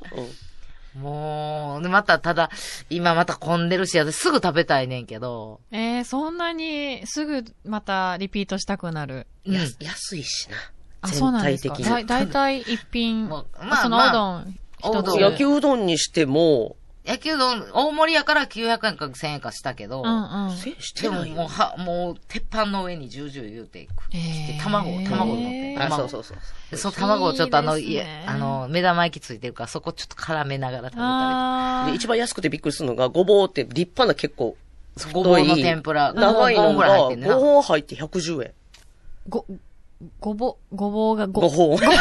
[SPEAKER 1] もう、でまた、ただ、今また混んでるし、私すぐ食べたいねんけど、
[SPEAKER 4] えー、そんなにすぐまたリピートしたくなる。
[SPEAKER 1] うん
[SPEAKER 3] や安いしな。
[SPEAKER 4] あ、
[SPEAKER 3] 全体的に
[SPEAKER 4] そうなんですか。だいだいたい一品、
[SPEAKER 1] もうまあ
[SPEAKER 4] その
[SPEAKER 1] まあ
[SPEAKER 4] おどん一
[SPEAKER 1] お
[SPEAKER 4] つ。
[SPEAKER 1] どん
[SPEAKER 3] 焼きうどんにしても、
[SPEAKER 1] 野球丼、大盛りやから900円か1000円かしたけど、
[SPEAKER 4] うんうん。
[SPEAKER 3] せんして
[SPEAKER 1] でも
[SPEAKER 3] ない
[SPEAKER 1] もう、
[SPEAKER 3] よ。
[SPEAKER 1] は、もう、鉄板の上にジュージュー言うていく。
[SPEAKER 4] えー
[SPEAKER 1] 卵卵乗って
[SPEAKER 3] あ、
[SPEAKER 1] まあ
[SPEAKER 3] そうそうそう。
[SPEAKER 1] でその卵をちょっとあの、
[SPEAKER 4] いい
[SPEAKER 1] い
[SPEAKER 4] で
[SPEAKER 1] え
[SPEAKER 4] すね
[SPEAKER 1] あの、目玉焼きついてるから、そこちょっと絡めながら食べた
[SPEAKER 4] あ
[SPEAKER 3] で
[SPEAKER 4] ー
[SPEAKER 3] 一番安くてびっくりするのが、ごぼうって立派な結構、
[SPEAKER 1] り。ごぼうの天ぷら、
[SPEAKER 3] 長い
[SPEAKER 1] 5
[SPEAKER 3] の
[SPEAKER 1] 本ぐらい入っ
[SPEAKER 3] が、
[SPEAKER 1] てんねん
[SPEAKER 3] 5
[SPEAKER 1] な。
[SPEAKER 3] 本入って110円。
[SPEAKER 4] ご、ごぼ、ごぼうが
[SPEAKER 3] 5
[SPEAKER 4] ご、
[SPEAKER 3] 本。ごぼう
[SPEAKER 1] ごぼ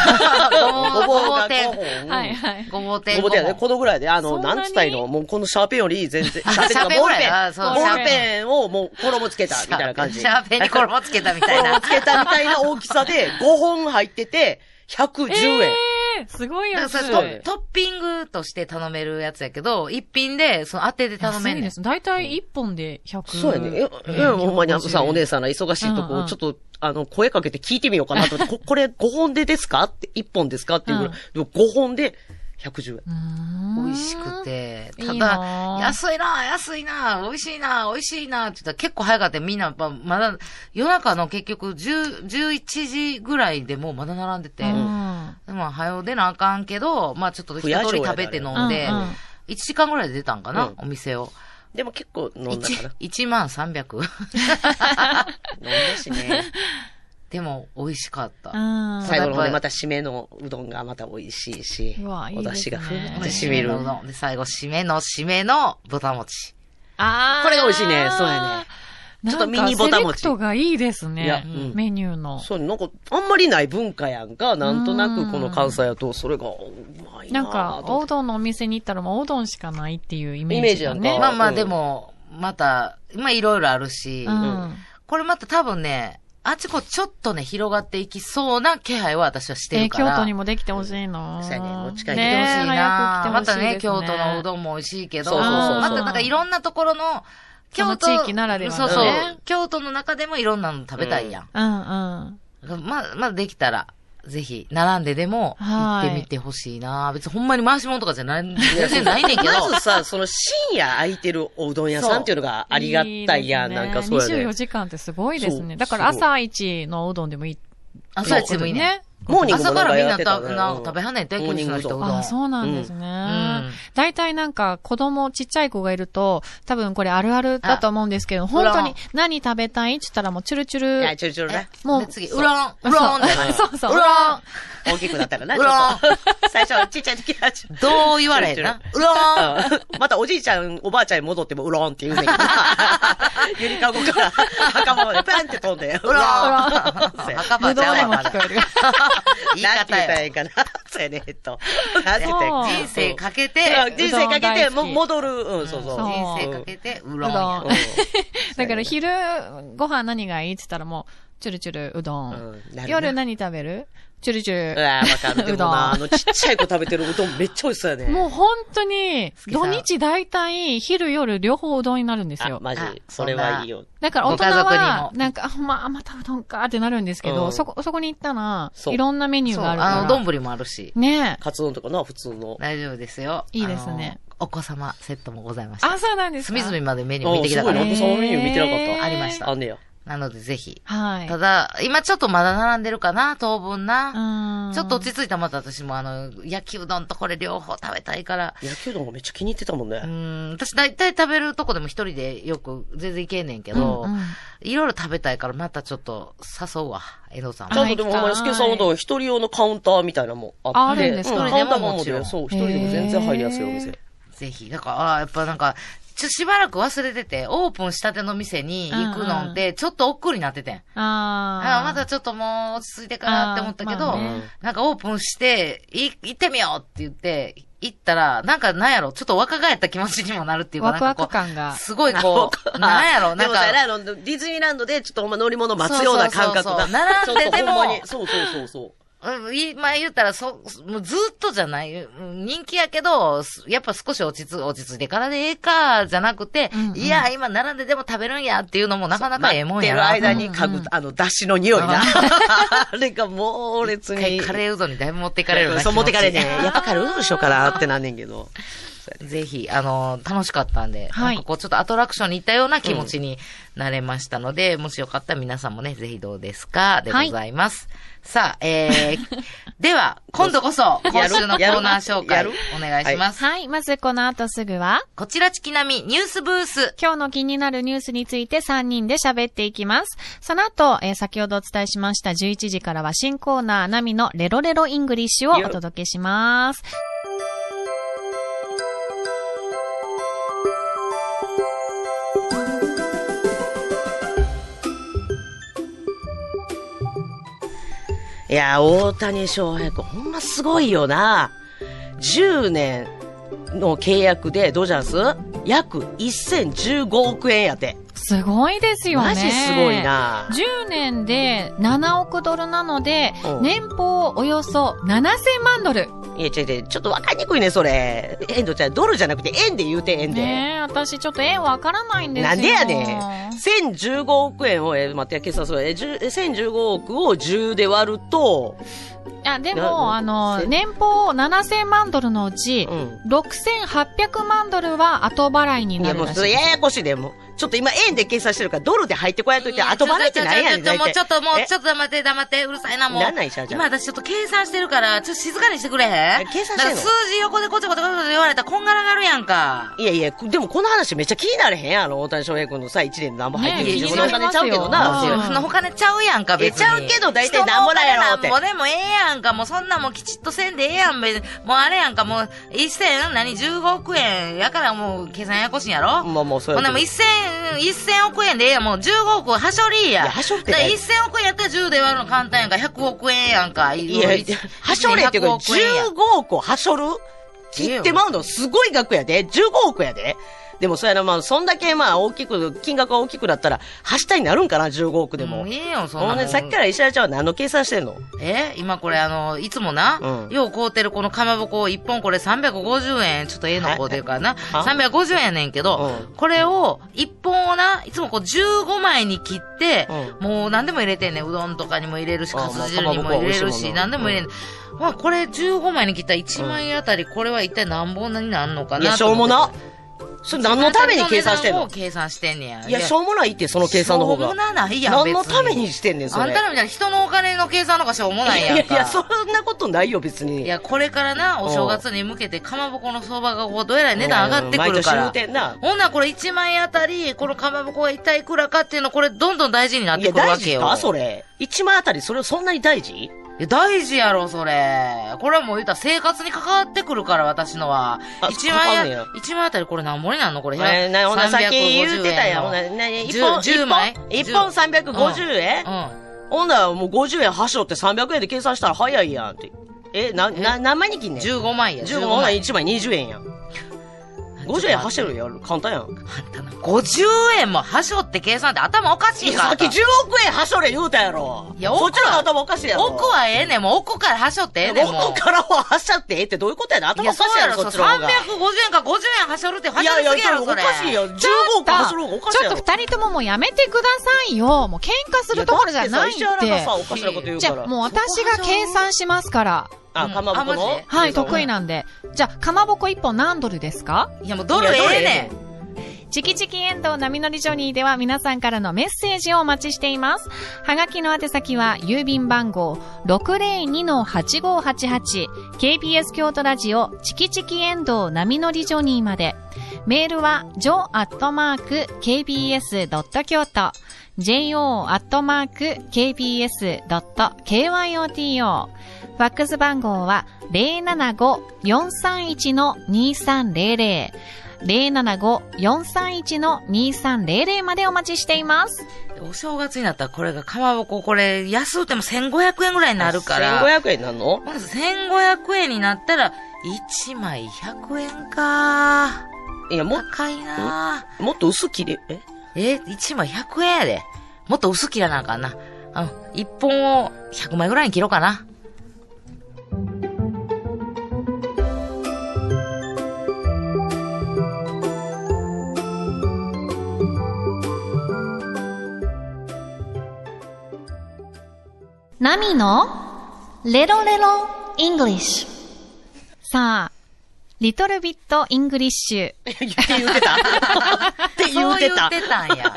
[SPEAKER 1] う
[SPEAKER 3] が
[SPEAKER 1] 天
[SPEAKER 3] 5本。
[SPEAKER 4] はいはい。
[SPEAKER 1] ごぼう
[SPEAKER 3] ご
[SPEAKER 1] 天
[SPEAKER 3] ぼうだよね。このぐらいで、あ
[SPEAKER 4] そ
[SPEAKER 3] の、
[SPEAKER 4] ん
[SPEAKER 3] な
[SPEAKER 4] なに
[SPEAKER 3] んつったらいいのもうこのシャーペンより全然、シャ
[SPEAKER 1] シャーペン
[SPEAKER 3] ボ
[SPEAKER 1] ぐ
[SPEAKER 3] ール
[SPEAKER 1] らい
[SPEAKER 3] ペ
[SPEAKER 1] あ
[SPEAKER 3] ン。
[SPEAKER 1] そう
[SPEAKER 3] ボー
[SPEAKER 4] シャ
[SPEAKER 3] ル
[SPEAKER 4] ーペ
[SPEAKER 3] ペンをもう衣つけた、み たいな感じ。
[SPEAKER 1] シャーペンに衣つけたみたい
[SPEAKER 3] 衣
[SPEAKER 1] な
[SPEAKER 3] つ。けたみたいな大きさで、5本入ってて、 110円。
[SPEAKER 4] えー、すごい
[SPEAKER 1] なん
[SPEAKER 4] や
[SPEAKER 1] か
[SPEAKER 4] つ。
[SPEAKER 1] さ
[SPEAKER 3] そうね
[SPEAKER 1] ト、トッピングとして頼めるやつやけど、一品で、その当てて頼
[SPEAKER 4] 安
[SPEAKER 1] めん
[SPEAKER 4] い
[SPEAKER 1] ね
[SPEAKER 4] で
[SPEAKER 1] ん。
[SPEAKER 4] す。だいたい1本で100。
[SPEAKER 3] そうやね。
[SPEAKER 4] うん
[SPEAKER 3] いや、ほんまにあのさ、お姉さんら忙しいと
[SPEAKER 4] うんう
[SPEAKER 3] こ、
[SPEAKER 4] ん
[SPEAKER 3] ちょっと、あの、声かけて聞いてみようかなと思って、ここれ5本でですかって、1本ですかっていうぐらい。でも5本で110円。
[SPEAKER 4] うーん
[SPEAKER 1] 美味しく。て、
[SPEAKER 4] う
[SPEAKER 1] た
[SPEAKER 4] ん
[SPEAKER 1] だ、
[SPEAKER 4] いいなあ
[SPEAKER 1] 安いな、安いな、美味しいな、美味しいな、って言ったら結構早かったよみんな、やっぱまだ、夜中の結局、10、11時ぐらいでもうまだ並んでて、
[SPEAKER 4] うん
[SPEAKER 1] でも、早う出なあかんけど、まあちょっと一通り食べて飲んで、
[SPEAKER 4] うんうん
[SPEAKER 1] 1時間ぐらいで出たんかな、
[SPEAKER 3] うん
[SPEAKER 1] お店を。
[SPEAKER 3] でも結構飲んだかな
[SPEAKER 1] 1。、1万300。
[SPEAKER 3] 飲んだしね。
[SPEAKER 1] でも、美味しかった。
[SPEAKER 4] うん。
[SPEAKER 3] 最後の方でまた締めのうどんがまた美味しいし、
[SPEAKER 4] うわいい
[SPEAKER 3] お
[SPEAKER 4] ですね
[SPEAKER 3] 出汁がふーっと
[SPEAKER 1] で、
[SPEAKER 3] 染
[SPEAKER 1] 締
[SPEAKER 3] み
[SPEAKER 1] め
[SPEAKER 3] る。
[SPEAKER 1] のうどん。で、最後、締めの、締めの豚餅。
[SPEAKER 4] あー
[SPEAKER 3] これが美味しいねそうやね。
[SPEAKER 4] なん
[SPEAKER 3] ちょ
[SPEAKER 4] か
[SPEAKER 3] っとミニボタン
[SPEAKER 4] セレ
[SPEAKER 3] 持ち
[SPEAKER 4] クトがいいです
[SPEAKER 3] いや
[SPEAKER 4] ね
[SPEAKER 3] う。ん
[SPEAKER 4] メニューの。
[SPEAKER 3] そう、なんか、あんまりない文化やんか、なんとな
[SPEAKER 4] うん
[SPEAKER 3] くこの関西やと、それが、うまい
[SPEAKER 4] な
[SPEAKER 3] なん
[SPEAKER 4] か、おう
[SPEAKER 3] か、
[SPEAKER 4] どんのお店に行ったらもうおうどんしかないっていうイメー
[SPEAKER 3] イ
[SPEAKER 4] ジだ
[SPEAKER 3] メージやん
[SPEAKER 4] ね。
[SPEAKER 1] まあま
[SPEAKER 3] う
[SPEAKER 1] あ、
[SPEAKER 3] ん
[SPEAKER 1] でも、また、まあいろいろあるし、
[SPEAKER 4] うん。
[SPEAKER 1] これまた多分ね、あちこちょっとね、広がっていきそうな気配は私はして
[SPEAKER 4] えー
[SPEAKER 1] るから。
[SPEAKER 4] 京都にもできてほしいな。
[SPEAKER 3] そうやねもう近い
[SPEAKER 1] 来てほしいな、
[SPEAKER 4] ねえ
[SPEAKER 1] ま
[SPEAKER 4] 早く来て
[SPEAKER 1] た
[SPEAKER 4] ほし
[SPEAKER 1] ね、
[SPEAKER 4] いです
[SPEAKER 1] 京都のうどんも美味しいけど、
[SPEAKER 3] そう
[SPEAKER 4] そうそうそう
[SPEAKER 1] またなんかいろんなところの、
[SPEAKER 4] その
[SPEAKER 1] 京都、
[SPEAKER 4] 地域ならではの
[SPEAKER 1] そう
[SPEAKER 4] ね
[SPEAKER 1] そう、京都の中でもいろんなの食べたいやん。
[SPEAKER 4] うんうん。
[SPEAKER 1] まあ、まあできたら、ぜひ、並んででも、行
[SPEAKER 4] はい
[SPEAKER 1] ってみてほしいな別にほんまに回し物とかじゃない、全然ないねんけど。
[SPEAKER 3] まずさ、その深夜空いてるおうどん屋さんっていうのがありがたいやん、
[SPEAKER 4] です
[SPEAKER 3] な
[SPEAKER 4] ね
[SPEAKER 3] んかそうやね
[SPEAKER 4] 24。時間ってすごいですね。
[SPEAKER 3] そう
[SPEAKER 4] だから朝一のおうどんでもいい。
[SPEAKER 1] 朝一でもいいね。。
[SPEAKER 3] モーニングも
[SPEAKER 1] 朝からみんな
[SPEAKER 3] やってたね
[SPEAKER 1] たな食べはんねんて
[SPEAKER 3] うん
[SPEAKER 1] 九時の人
[SPEAKER 3] モーニングうどん
[SPEAKER 1] うどん
[SPEAKER 4] あ、そうなんですね。
[SPEAKER 1] ん
[SPEAKER 4] 大体なんか子供、ちっちゃい子がいると、多分これあるあるだと思うんですけど、本当に何食べたいって言ったらもうチュルチュ
[SPEAKER 3] い
[SPEAKER 4] ル。
[SPEAKER 3] や、ちょろちょろね。
[SPEAKER 4] も
[SPEAKER 1] で
[SPEAKER 4] う、。
[SPEAKER 1] 次、うろん、うろんじゃない
[SPEAKER 4] そうそう
[SPEAKER 1] うろん。
[SPEAKER 3] 大きくなったらな、
[SPEAKER 1] うろん
[SPEAKER 3] ちょっと最初、ちっちゃい時は、ちょっと
[SPEAKER 1] どう言われへんな。うろん。
[SPEAKER 3] うん またおじいちゃん、おばあちゃんに戻っても、うろんって言うねんけどな。ゆりかごから、墓場までパンって飛んで、う
[SPEAKER 1] うろ
[SPEAKER 3] そう
[SPEAKER 1] ん。
[SPEAKER 3] や
[SPEAKER 1] 墓場
[SPEAKER 4] ぶ
[SPEAKER 1] ち
[SPEAKER 4] どうで
[SPEAKER 1] ゃう
[SPEAKER 4] も
[SPEAKER 1] わ
[SPEAKER 4] 聞こ える。
[SPEAKER 1] 言い
[SPEAKER 3] なんて
[SPEAKER 1] 方
[SPEAKER 3] 言ったら
[SPEAKER 1] や。
[SPEAKER 3] いいかな。そうやね、えっと。なんて言ったらいいかな
[SPEAKER 1] 人生かけて、
[SPEAKER 3] うん人生かけて、
[SPEAKER 4] うどん大好
[SPEAKER 3] も、
[SPEAKER 4] き
[SPEAKER 3] 戻る。うん、そうそう。
[SPEAKER 4] そう
[SPEAKER 1] 人生かけて、うろん
[SPEAKER 4] うどん
[SPEAKER 1] や。
[SPEAKER 3] うん
[SPEAKER 4] だから昼、ご飯何がいいって言ったらもう、チュルチュル、うどん。
[SPEAKER 3] うんなるな
[SPEAKER 4] 夜何食べるチュルチュ
[SPEAKER 3] う
[SPEAKER 4] ル。
[SPEAKER 3] わわかる。で
[SPEAKER 4] う
[SPEAKER 3] も
[SPEAKER 4] どん
[SPEAKER 3] な、あの、ちっちゃい子食べてるうどんめっちゃ美味しそうやね。
[SPEAKER 4] もう本当に、
[SPEAKER 1] きさ
[SPEAKER 4] 土
[SPEAKER 1] ん
[SPEAKER 4] 日大体、昼夜両方うどんになるんです
[SPEAKER 3] あ
[SPEAKER 4] よ。
[SPEAKER 3] マジ
[SPEAKER 1] あ。
[SPEAKER 3] それはいいよ。
[SPEAKER 4] だから大人
[SPEAKER 1] ご家族
[SPEAKER 4] は
[SPEAKER 1] に、も
[SPEAKER 4] なんか、あ、まあ、またうどんかってなるんですけど、
[SPEAKER 3] うん
[SPEAKER 4] そこ、そこに行ったら
[SPEAKER 3] そ、う
[SPEAKER 4] いろんなメニュー
[SPEAKER 1] そう、
[SPEAKER 4] があるから。
[SPEAKER 1] あの、どんぶりもあるし。
[SPEAKER 4] ねえ。
[SPEAKER 3] カツ丼とかな、普通の。
[SPEAKER 1] 大丈夫ですよ。
[SPEAKER 4] いいですね
[SPEAKER 1] あの。お子様セットもございました。
[SPEAKER 4] あ、そうなんですか。
[SPEAKER 1] 隅々までメニュー見てきたか
[SPEAKER 3] あすご
[SPEAKER 1] ら
[SPEAKER 3] い。ねそのメニュー見てなかった
[SPEAKER 4] へー
[SPEAKER 1] ありました
[SPEAKER 3] あんねや。
[SPEAKER 1] なので、ぜひ。
[SPEAKER 4] はい。
[SPEAKER 1] ただ、今ちょっとまだ並んでるかな、当分な。
[SPEAKER 4] だ
[SPEAKER 1] ちょっと落ち着いたらまた私もあの、焼きうどんとこれ両方食べたいから。
[SPEAKER 3] 野球丼がめっちゃ気に入ってたもん
[SPEAKER 1] う
[SPEAKER 3] ね。
[SPEAKER 1] ん、私大体食べるとこでも一人でよく全然行けんねんけど、
[SPEAKER 4] うんうん
[SPEAKER 1] いろいろ食べたいからまたちょっと誘うわ、江戸さん
[SPEAKER 3] ちゃ
[SPEAKER 1] も。
[SPEAKER 3] んとでもほんまに、スケさんうどん一人用のカウンターみたいなのもあ
[SPEAKER 4] あ
[SPEAKER 3] っ
[SPEAKER 4] る
[SPEAKER 3] て。
[SPEAKER 4] んですか
[SPEAKER 3] う
[SPEAKER 1] 一人
[SPEAKER 3] カ
[SPEAKER 1] で
[SPEAKER 3] ウンタ
[SPEAKER 1] も
[SPEAKER 3] ーも
[SPEAKER 1] も
[SPEAKER 3] も
[SPEAKER 1] ち
[SPEAKER 3] ち
[SPEAKER 1] ろ
[SPEAKER 3] ろん。
[SPEAKER 1] ん
[SPEAKER 3] そう、一人でも全然入りやすいお
[SPEAKER 4] へ
[SPEAKER 3] 店
[SPEAKER 4] ー。
[SPEAKER 1] ぜひ。だから、ああー、やっぱなんか、ちょ、しばらく忘れてて、オープンしたての店に行くのって、ちょっと億劫になっててん。あ
[SPEAKER 4] あ
[SPEAKER 1] あ、
[SPEAKER 4] ー
[SPEAKER 1] まだちょっともう落ち着いてからって思ったけ
[SPEAKER 4] あ
[SPEAKER 1] ど、
[SPEAKER 4] ーまあ
[SPEAKER 3] ね
[SPEAKER 1] なんかオープンして、い、行ってみようって言って、行ったら、なんかなんやろ、ちょっと若返った気持ちにもなるっていうか、なん
[SPEAKER 4] ワク
[SPEAKER 1] か
[SPEAKER 4] ワ
[SPEAKER 1] こう
[SPEAKER 4] ク感が。
[SPEAKER 1] すごいこう、なんやろ、
[SPEAKER 3] で
[SPEAKER 1] なん
[SPEAKER 3] もさ、
[SPEAKER 1] か、
[SPEAKER 3] あの、ディズニーランドでちょっとほんま乗り物待つような感覚
[SPEAKER 1] そうそう
[SPEAKER 3] が。
[SPEAKER 1] そうそう並んで
[SPEAKER 3] ちょ
[SPEAKER 1] ても
[SPEAKER 3] っとほんまにそうそうそうそう。
[SPEAKER 1] うんいまあ言ったら、そ、もうずっとじゃない、うん人気やけど、すやっぱ少し落ち着、落ち着いてからでええか、じゃなくて、
[SPEAKER 4] うんうん
[SPEAKER 1] いや、今並んででも食べるんやっていうのもなかなかええもんやな。
[SPEAKER 3] 待ってる間に嗅ぐ、あの、出汁の匂いな。 あれが猛烈
[SPEAKER 1] 一
[SPEAKER 3] に。
[SPEAKER 1] 回カレーうどんにだいぶ持っていかれるよな
[SPEAKER 3] そう、持ってかれんねん。
[SPEAKER 1] 気持
[SPEAKER 3] やっぱカレーうどんしようかなってなんねんけど。
[SPEAKER 1] ちぜひ、あの、楽しかったんで、
[SPEAKER 4] はい
[SPEAKER 1] なんかこう、ちょっとアトラクションに行ったような気持ちになれましたので、もしよかったら皆さんもね、ぜひどうですか、でございます。さあ、えー、 では、今度こそ、今週のコーナー紹
[SPEAKER 3] や
[SPEAKER 1] 介、
[SPEAKER 3] る
[SPEAKER 1] お願いします。
[SPEAKER 4] はい。まずこの後すぐは、
[SPEAKER 1] こちらチキナミニュースブース。
[SPEAKER 4] 今日の気になるニュースについて3人で喋っていきます。その後、えー先ほどお伝えしました11時からは新コーナー、ナミのレロレロイングリッシュをお届けします。
[SPEAKER 3] いや、大谷翔平君、ほんますごいよな。10年の契約で、ドジャース約1015億円やて。
[SPEAKER 4] すごいですよね。
[SPEAKER 3] マジすごい。な。
[SPEAKER 4] 10年で7億ドルなので
[SPEAKER 3] う、ん
[SPEAKER 4] 年俸およそ7000万ドル。
[SPEAKER 3] いや、違う違う、ちょっとわかりにくいね、それ。遠藤ちゃん、ドルじゃなくて円で言うて、円で。
[SPEAKER 4] ねえ、私ちょっと絵わからないんですよ。
[SPEAKER 3] なんでやねん。1015億円を、えー、待って、計算それ、えー、10 1015億を10で割ると、
[SPEAKER 4] あ、でも、
[SPEAKER 3] な
[SPEAKER 4] あの、
[SPEAKER 3] せ
[SPEAKER 4] 年俸7000万ドルのうち、
[SPEAKER 3] う
[SPEAKER 4] 6800万ドルは後払いに
[SPEAKER 3] ん。い
[SPEAKER 4] な
[SPEAKER 3] や、も
[SPEAKER 4] る
[SPEAKER 3] う
[SPEAKER 4] らし
[SPEAKER 3] そ
[SPEAKER 4] い。
[SPEAKER 3] れややこしいで、もう。ちょっと今円で計算してるから、ドルで入ってこやっといて、後払いってなんやねん、
[SPEAKER 1] ちょっと、もうちょっと、もうち
[SPEAKER 3] ょっ
[SPEAKER 1] ょっと黙って、黙って、うるさいな、もう。
[SPEAKER 3] なんなんちゃうちゃう
[SPEAKER 1] 今私ちょっと計算してるから、ちょっと静かにしてくれへん
[SPEAKER 3] え計算してんの
[SPEAKER 1] なんか数字横でごちゃごちゃごちゃごちゃ言われたらこんがらがるやんか。
[SPEAKER 3] いやいや、でもこの話めっちゃ気になれへんあの、大谷翔平君のさ、1年何も入ってる
[SPEAKER 1] ねえ
[SPEAKER 3] 自分のお金ちゃうけどな。
[SPEAKER 4] 気になりますよ
[SPEAKER 3] そ
[SPEAKER 1] あの、お金ちゃうやんか、別に。
[SPEAKER 3] えちゃうけど大体なんぼなんやろって
[SPEAKER 1] 人のお金なんぼでもええやんか、もうそんなもんきちっとせんでええやん、別にもうあれやんか、もう、1000、何、15億円やからもう、計算ややこしいんやろ
[SPEAKER 3] うもうもうそうや
[SPEAKER 1] ほんならもう
[SPEAKER 3] けど
[SPEAKER 1] 1000、1000億円でええやん、もう15億はしょりや。
[SPEAKER 3] いやはしょって
[SPEAKER 1] だ
[SPEAKER 3] な
[SPEAKER 1] から
[SPEAKER 3] い
[SPEAKER 1] 1000億円やったら10で割るの簡単やんか、100億円やんか。い
[SPEAKER 3] いやいや、はしょれっていうか、15億をはしょる切ってまうの、すごい額やで。15億やで。でも、そうやな、まあ、そんだけ、まあ、大きく、金額が大きくなったら、はしたになるんかな、15億で
[SPEAKER 1] でも
[SPEAKER 3] も
[SPEAKER 1] う。ええよ、そん
[SPEAKER 3] ほ
[SPEAKER 1] なんもん
[SPEAKER 3] で、さっきから石原ちゃんは何の計算してんの
[SPEAKER 1] え今これあの、いつもな、
[SPEAKER 3] うん
[SPEAKER 1] よう買うてるこのかまぼこ1本これ350円、ちょっとええのこうてるからな、
[SPEAKER 3] は
[SPEAKER 1] 350円やねんけど、
[SPEAKER 3] うん
[SPEAKER 1] これを、1本をな、いつもこう15枚に切って、もう何でも入れてんねん。うどんとかにも入れるし、
[SPEAKER 3] あまあ
[SPEAKER 1] かす汁にも入れ
[SPEAKER 3] かまぼこは美
[SPEAKER 1] る
[SPEAKER 3] 味しいも
[SPEAKER 1] し、
[SPEAKER 3] んな
[SPEAKER 1] 何でも入れんねん。まあこれ15枚に切ったら1枚あたり、これは一体何本になんのか
[SPEAKER 3] い
[SPEAKER 1] な
[SPEAKER 3] や、し
[SPEAKER 1] と
[SPEAKER 3] ょう
[SPEAKER 1] 思
[SPEAKER 3] も
[SPEAKER 1] って
[SPEAKER 3] な。それ何のために計算してん
[SPEAKER 1] 値段を
[SPEAKER 3] の
[SPEAKER 1] 計算してんねや。
[SPEAKER 3] いや、しょうもないって、その計算の方
[SPEAKER 1] しょうも
[SPEAKER 3] が。
[SPEAKER 1] なないやん、
[SPEAKER 3] 何の
[SPEAKER 1] 別に
[SPEAKER 3] ためにしてんねん、そ
[SPEAKER 1] あ
[SPEAKER 3] れ。
[SPEAKER 1] んたらみたいな人のお金の計算の方がしょうもない
[SPEAKER 3] い
[SPEAKER 1] やん
[SPEAKER 3] や
[SPEAKER 1] か。
[SPEAKER 3] いや、そんなことないよ、別に。
[SPEAKER 1] いや、これからな、お正月に向けて、かまぼこの相場がこう、どえらい値段上がってくるか
[SPEAKER 3] うん毎
[SPEAKER 1] ら
[SPEAKER 3] 年。言うてんな。
[SPEAKER 1] ほんならこれ1万円あたり、このかまぼこが一体いくらかっていうの、これどんどん大事になっ
[SPEAKER 3] い
[SPEAKER 1] て
[SPEAKER 3] や、
[SPEAKER 1] くるわ
[SPEAKER 3] 大
[SPEAKER 1] け
[SPEAKER 3] 事
[SPEAKER 1] よ。
[SPEAKER 3] かそれ。1万あたり、それをそんなに大事
[SPEAKER 1] いや大事やろ、それ。これはもう言ったら生活に関わってくるから、私のは。
[SPEAKER 3] あ
[SPEAKER 1] 1
[SPEAKER 3] 関わ
[SPEAKER 1] 万
[SPEAKER 3] んね
[SPEAKER 1] 円
[SPEAKER 3] や、
[SPEAKER 1] 一万円あたりこれ何ぼになんのこれ。
[SPEAKER 3] えー、な、ほな、さっき
[SPEAKER 1] 350円
[SPEAKER 3] 言
[SPEAKER 1] の
[SPEAKER 3] うてたやん。ほな、な、一本、
[SPEAKER 1] 10 10枚
[SPEAKER 3] 一本1本350円、
[SPEAKER 1] うん。
[SPEAKER 3] ほんならもう50円箸折って300円で計算したら早いやんって。え、な、な、何枚に切んねん
[SPEAKER 1] 15万円や。
[SPEAKER 3] 15
[SPEAKER 1] 15
[SPEAKER 3] ほな
[SPEAKER 1] 万円。
[SPEAKER 3] 1枚20円やん。50円箸折るやる。簡単やん。
[SPEAKER 1] あんたな、50円もはしょって計算って頭おかし
[SPEAKER 3] い
[SPEAKER 1] い
[SPEAKER 3] や
[SPEAKER 1] か
[SPEAKER 3] さ
[SPEAKER 1] ら。
[SPEAKER 3] っき10億円箸折れ言うたやろ。
[SPEAKER 1] いや
[SPEAKER 3] そっ
[SPEAKER 1] 奥は
[SPEAKER 3] ちの方が頭おかしいやろ。
[SPEAKER 1] 奥はええねん、もう奥からはしょってええねん、もう。
[SPEAKER 3] 奥からは箸折ってええってどういうことやねん。
[SPEAKER 1] い
[SPEAKER 3] 頭
[SPEAKER 1] や、
[SPEAKER 3] おか
[SPEAKER 1] そう
[SPEAKER 3] しいや
[SPEAKER 1] や
[SPEAKER 3] ろ、そ
[SPEAKER 1] ろ、
[SPEAKER 3] っ
[SPEAKER 1] そ
[SPEAKER 3] ち
[SPEAKER 1] う
[SPEAKER 3] の
[SPEAKER 1] 350
[SPEAKER 3] 方が。
[SPEAKER 1] 円か50円はしょるって、はしょ
[SPEAKER 3] や
[SPEAKER 1] る
[SPEAKER 3] いや、
[SPEAKER 1] すぎ
[SPEAKER 3] ち
[SPEAKER 1] や
[SPEAKER 3] ょっとお
[SPEAKER 1] ろ、それ。
[SPEAKER 3] かしいやん。15億
[SPEAKER 4] あ
[SPEAKER 3] 箸折る方がおかしい
[SPEAKER 4] ち
[SPEAKER 3] や
[SPEAKER 4] ょ
[SPEAKER 3] ろ。
[SPEAKER 4] っと二人とももうやめてくださいよ。もう喧嘩するところじゃないっ
[SPEAKER 3] やだってさ石原が
[SPEAKER 4] て
[SPEAKER 3] さ、。おかしなこと言う
[SPEAKER 4] じ
[SPEAKER 3] か
[SPEAKER 4] ゃ
[SPEAKER 3] ら。
[SPEAKER 4] あ、もう私が計算しますから。
[SPEAKER 3] あ、かまぼこ
[SPEAKER 1] うんあマ
[SPEAKER 3] の
[SPEAKER 1] ジ
[SPEAKER 4] はい、
[SPEAKER 3] そう
[SPEAKER 4] 得意なんで。じゃあ、かまぼこ一本何ドルですか
[SPEAKER 1] いや、もうドルええねん。
[SPEAKER 4] チキチキエンドウ波乗りジョニーでは皆さんからのメッセージをお待ちしています。はがきの宛先は郵便番号 602-8588KBS 京都ラジオチキチキエンドウ波乗りジョニーまで。メールは jo.kbs.kyoto jo.kbs.kyoto ファックス番号は075-431-2300 075-431-2300までお待ちしています。
[SPEAKER 1] お正月になったらこれが、かまぼこ、これ、安うても1500円ぐらいになるから。
[SPEAKER 3] 1500円なんの
[SPEAKER 1] まず1500円になったら、1枚100円か。
[SPEAKER 3] いや、も、
[SPEAKER 1] 高いな
[SPEAKER 3] もっと薄切れ、え
[SPEAKER 1] え、1枚100円やで。もっと薄切らなあかんな。うん。1本を100枚ぐらいに切ろうかな。
[SPEAKER 4] ナミのレロレロイングリッシュ。さあ、リトルビットイングリッシュ。
[SPEAKER 3] 言って言ってたって言
[SPEAKER 1] そうう
[SPEAKER 3] て
[SPEAKER 1] 言
[SPEAKER 3] た
[SPEAKER 1] っ。てたん や。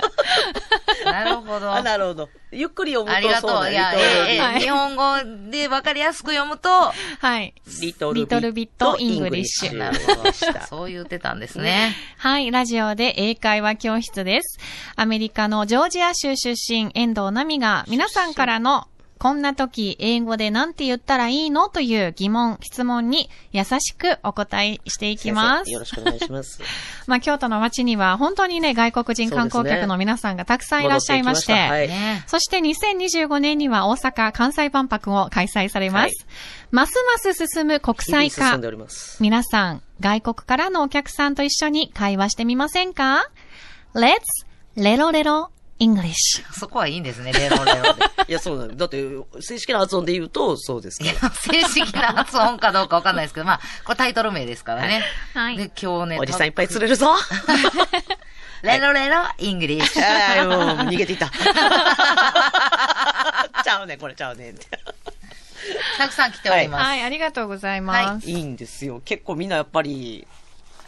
[SPEAKER 1] なるほど。
[SPEAKER 3] あ、なるほど。ゆっくり読むと
[SPEAKER 1] ありがと。
[SPEAKER 3] そうう
[SPEAKER 1] いや、ええ、ええ
[SPEAKER 4] はい
[SPEAKER 1] 日本語で分かりやすく読むと、
[SPEAKER 4] はい。
[SPEAKER 3] リト
[SPEAKER 4] リトル
[SPEAKER 3] ルビ
[SPEAKER 4] ビッ
[SPEAKER 3] ッ
[SPEAKER 4] ト
[SPEAKER 3] ト
[SPEAKER 4] イ
[SPEAKER 3] イ
[SPEAKER 4] ン
[SPEAKER 3] ン
[SPEAKER 4] グ
[SPEAKER 3] グリ
[SPEAKER 4] リッ
[SPEAKER 3] ッ
[SPEAKER 4] シ
[SPEAKER 3] シ
[SPEAKER 4] ュ
[SPEAKER 3] ュ。
[SPEAKER 1] なるほど
[SPEAKER 3] した。
[SPEAKER 1] そう言ってたんですね。
[SPEAKER 4] はい、ラジオで英会話教室です。アメリカのジョージア州出身、遠藤奈美が皆さんからのこんな時、英語でなんて言ったらいいのという疑問、質問に優しくお答えして いきま
[SPEAKER 3] 先生よろ
[SPEAKER 4] す。
[SPEAKER 3] しくお願いします。
[SPEAKER 4] まあ、京都の街には本当にね、外国人観光客の皆さんがたくさんいらっしゃいまして、
[SPEAKER 3] 戻ってきましたはい。
[SPEAKER 1] ね
[SPEAKER 4] そして2025年には大阪・関西万博を開催されます。
[SPEAKER 3] はい
[SPEAKER 4] ますます進む国
[SPEAKER 3] 日々
[SPEAKER 4] 際
[SPEAKER 3] 進
[SPEAKER 4] 化
[SPEAKER 3] んで。おります。
[SPEAKER 4] 皆さん、外国からのお客さんと一緒に会話してみませんか ?Let's レロレロ English。
[SPEAKER 1] そこはいいんですね、レロレロで。
[SPEAKER 3] いや、そうなの。だって、正式な発音で言うと、そうです
[SPEAKER 1] い
[SPEAKER 3] か
[SPEAKER 1] や
[SPEAKER 3] ら。、
[SPEAKER 1] 正式な発音かどうかわかんないですけど、まあ、これタイトル名ですからね。
[SPEAKER 4] はい
[SPEAKER 1] で、今日ね、
[SPEAKER 3] おじさんいっぱい釣れる ぞ
[SPEAKER 1] レロレロ、イングリッシュ。
[SPEAKER 3] ああ、もう逃げて いった。ちゃうねん、これちゃうねんって。
[SPEAKER 1] たくさん来ております。
[SPEAKER 4] はい、ありがとうございます。
[SPEAKER 3] いいんですよ。結構みんなやっぱり、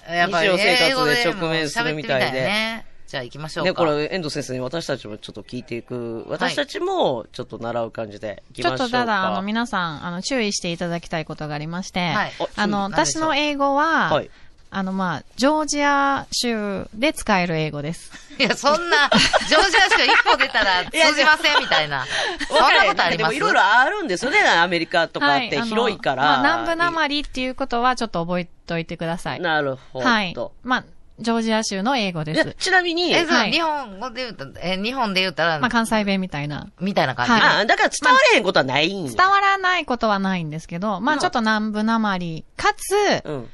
[SPEAKER 1] やっぱり、
[SPEAKER 3] 日常生活で
[SPEAKER 1] 英語も
[SPEAKER 3] 直面するみたいで
[SPEAKER 1] 喋ってみね。じゃあ行きましょうか。
[SPEAKER 3] ね、これ、遠藤先生に私たちもちょっと聞いていく、私たちもちょっと習う感じでいき
[SPEAKER 4] ちょ
[SPEAKER 3] ま
[SPEAKER 4] っ
[SPEAKER 3] しょうか。
[SPEAKER 4] とただ、あの、皆さん、あの、注意していただきたいことがありまして、
[SPEAKER 1] はい
[SPEAKER 4] あの、
[SPEAKER 1] あそうなんで
[SPEAKER 4] 私
[SPEAKER 1] しょう
[SPEAKER 4] の英語は、
[SPEAKER 3] はい
[SPEAKER 4] あの、まあ、ジョージア州で使える英語です。
[SPEAKER 1] いや、そんな、ジョージアしか一歩出たら通じませんみた いな。そんなことあり
[SPEAKER 3] で
[SPEAKER 1] ま
[SPEAKER 3] も
[SPEAKER 1] す
[SPEAKER 3] いろいろあるんですよね、アメリカとかっ
[SPEAKER 4] はい
[SPEAKER 3] て
[SPEAKER 4] あの
[SPEAKER 3] 広いから。
[SPEAKER 4] まあ、南部なまりっていうことはちょっと覚えておいてください。
[SPEAKER 3] なるほど。
[SPEAKER 4] はい。まあ、ジョージア州の英語で
[SPEAKER 3] いや
[SPEAKER 4] す。
[SPEAKER 3] ちなみに、
[SPEAKER 1] え、そう、
[SPEAKER 4] はい
[SPEAKER 1] 日本語で言うと、え、日本で言うたら、
[SPEAKER 4] まあ、関西弁みたいな。
[SPEAKER 1] みたいな感じ。
[SPEAKER 4] はい
[SPEAKER 3] あだから伝われへんことはないんや。
[SPEAKER 4] 伝わらないことはないんですけど、まあ、ちょっと南部なまり、かつ、
[SPEAKER 3] うん。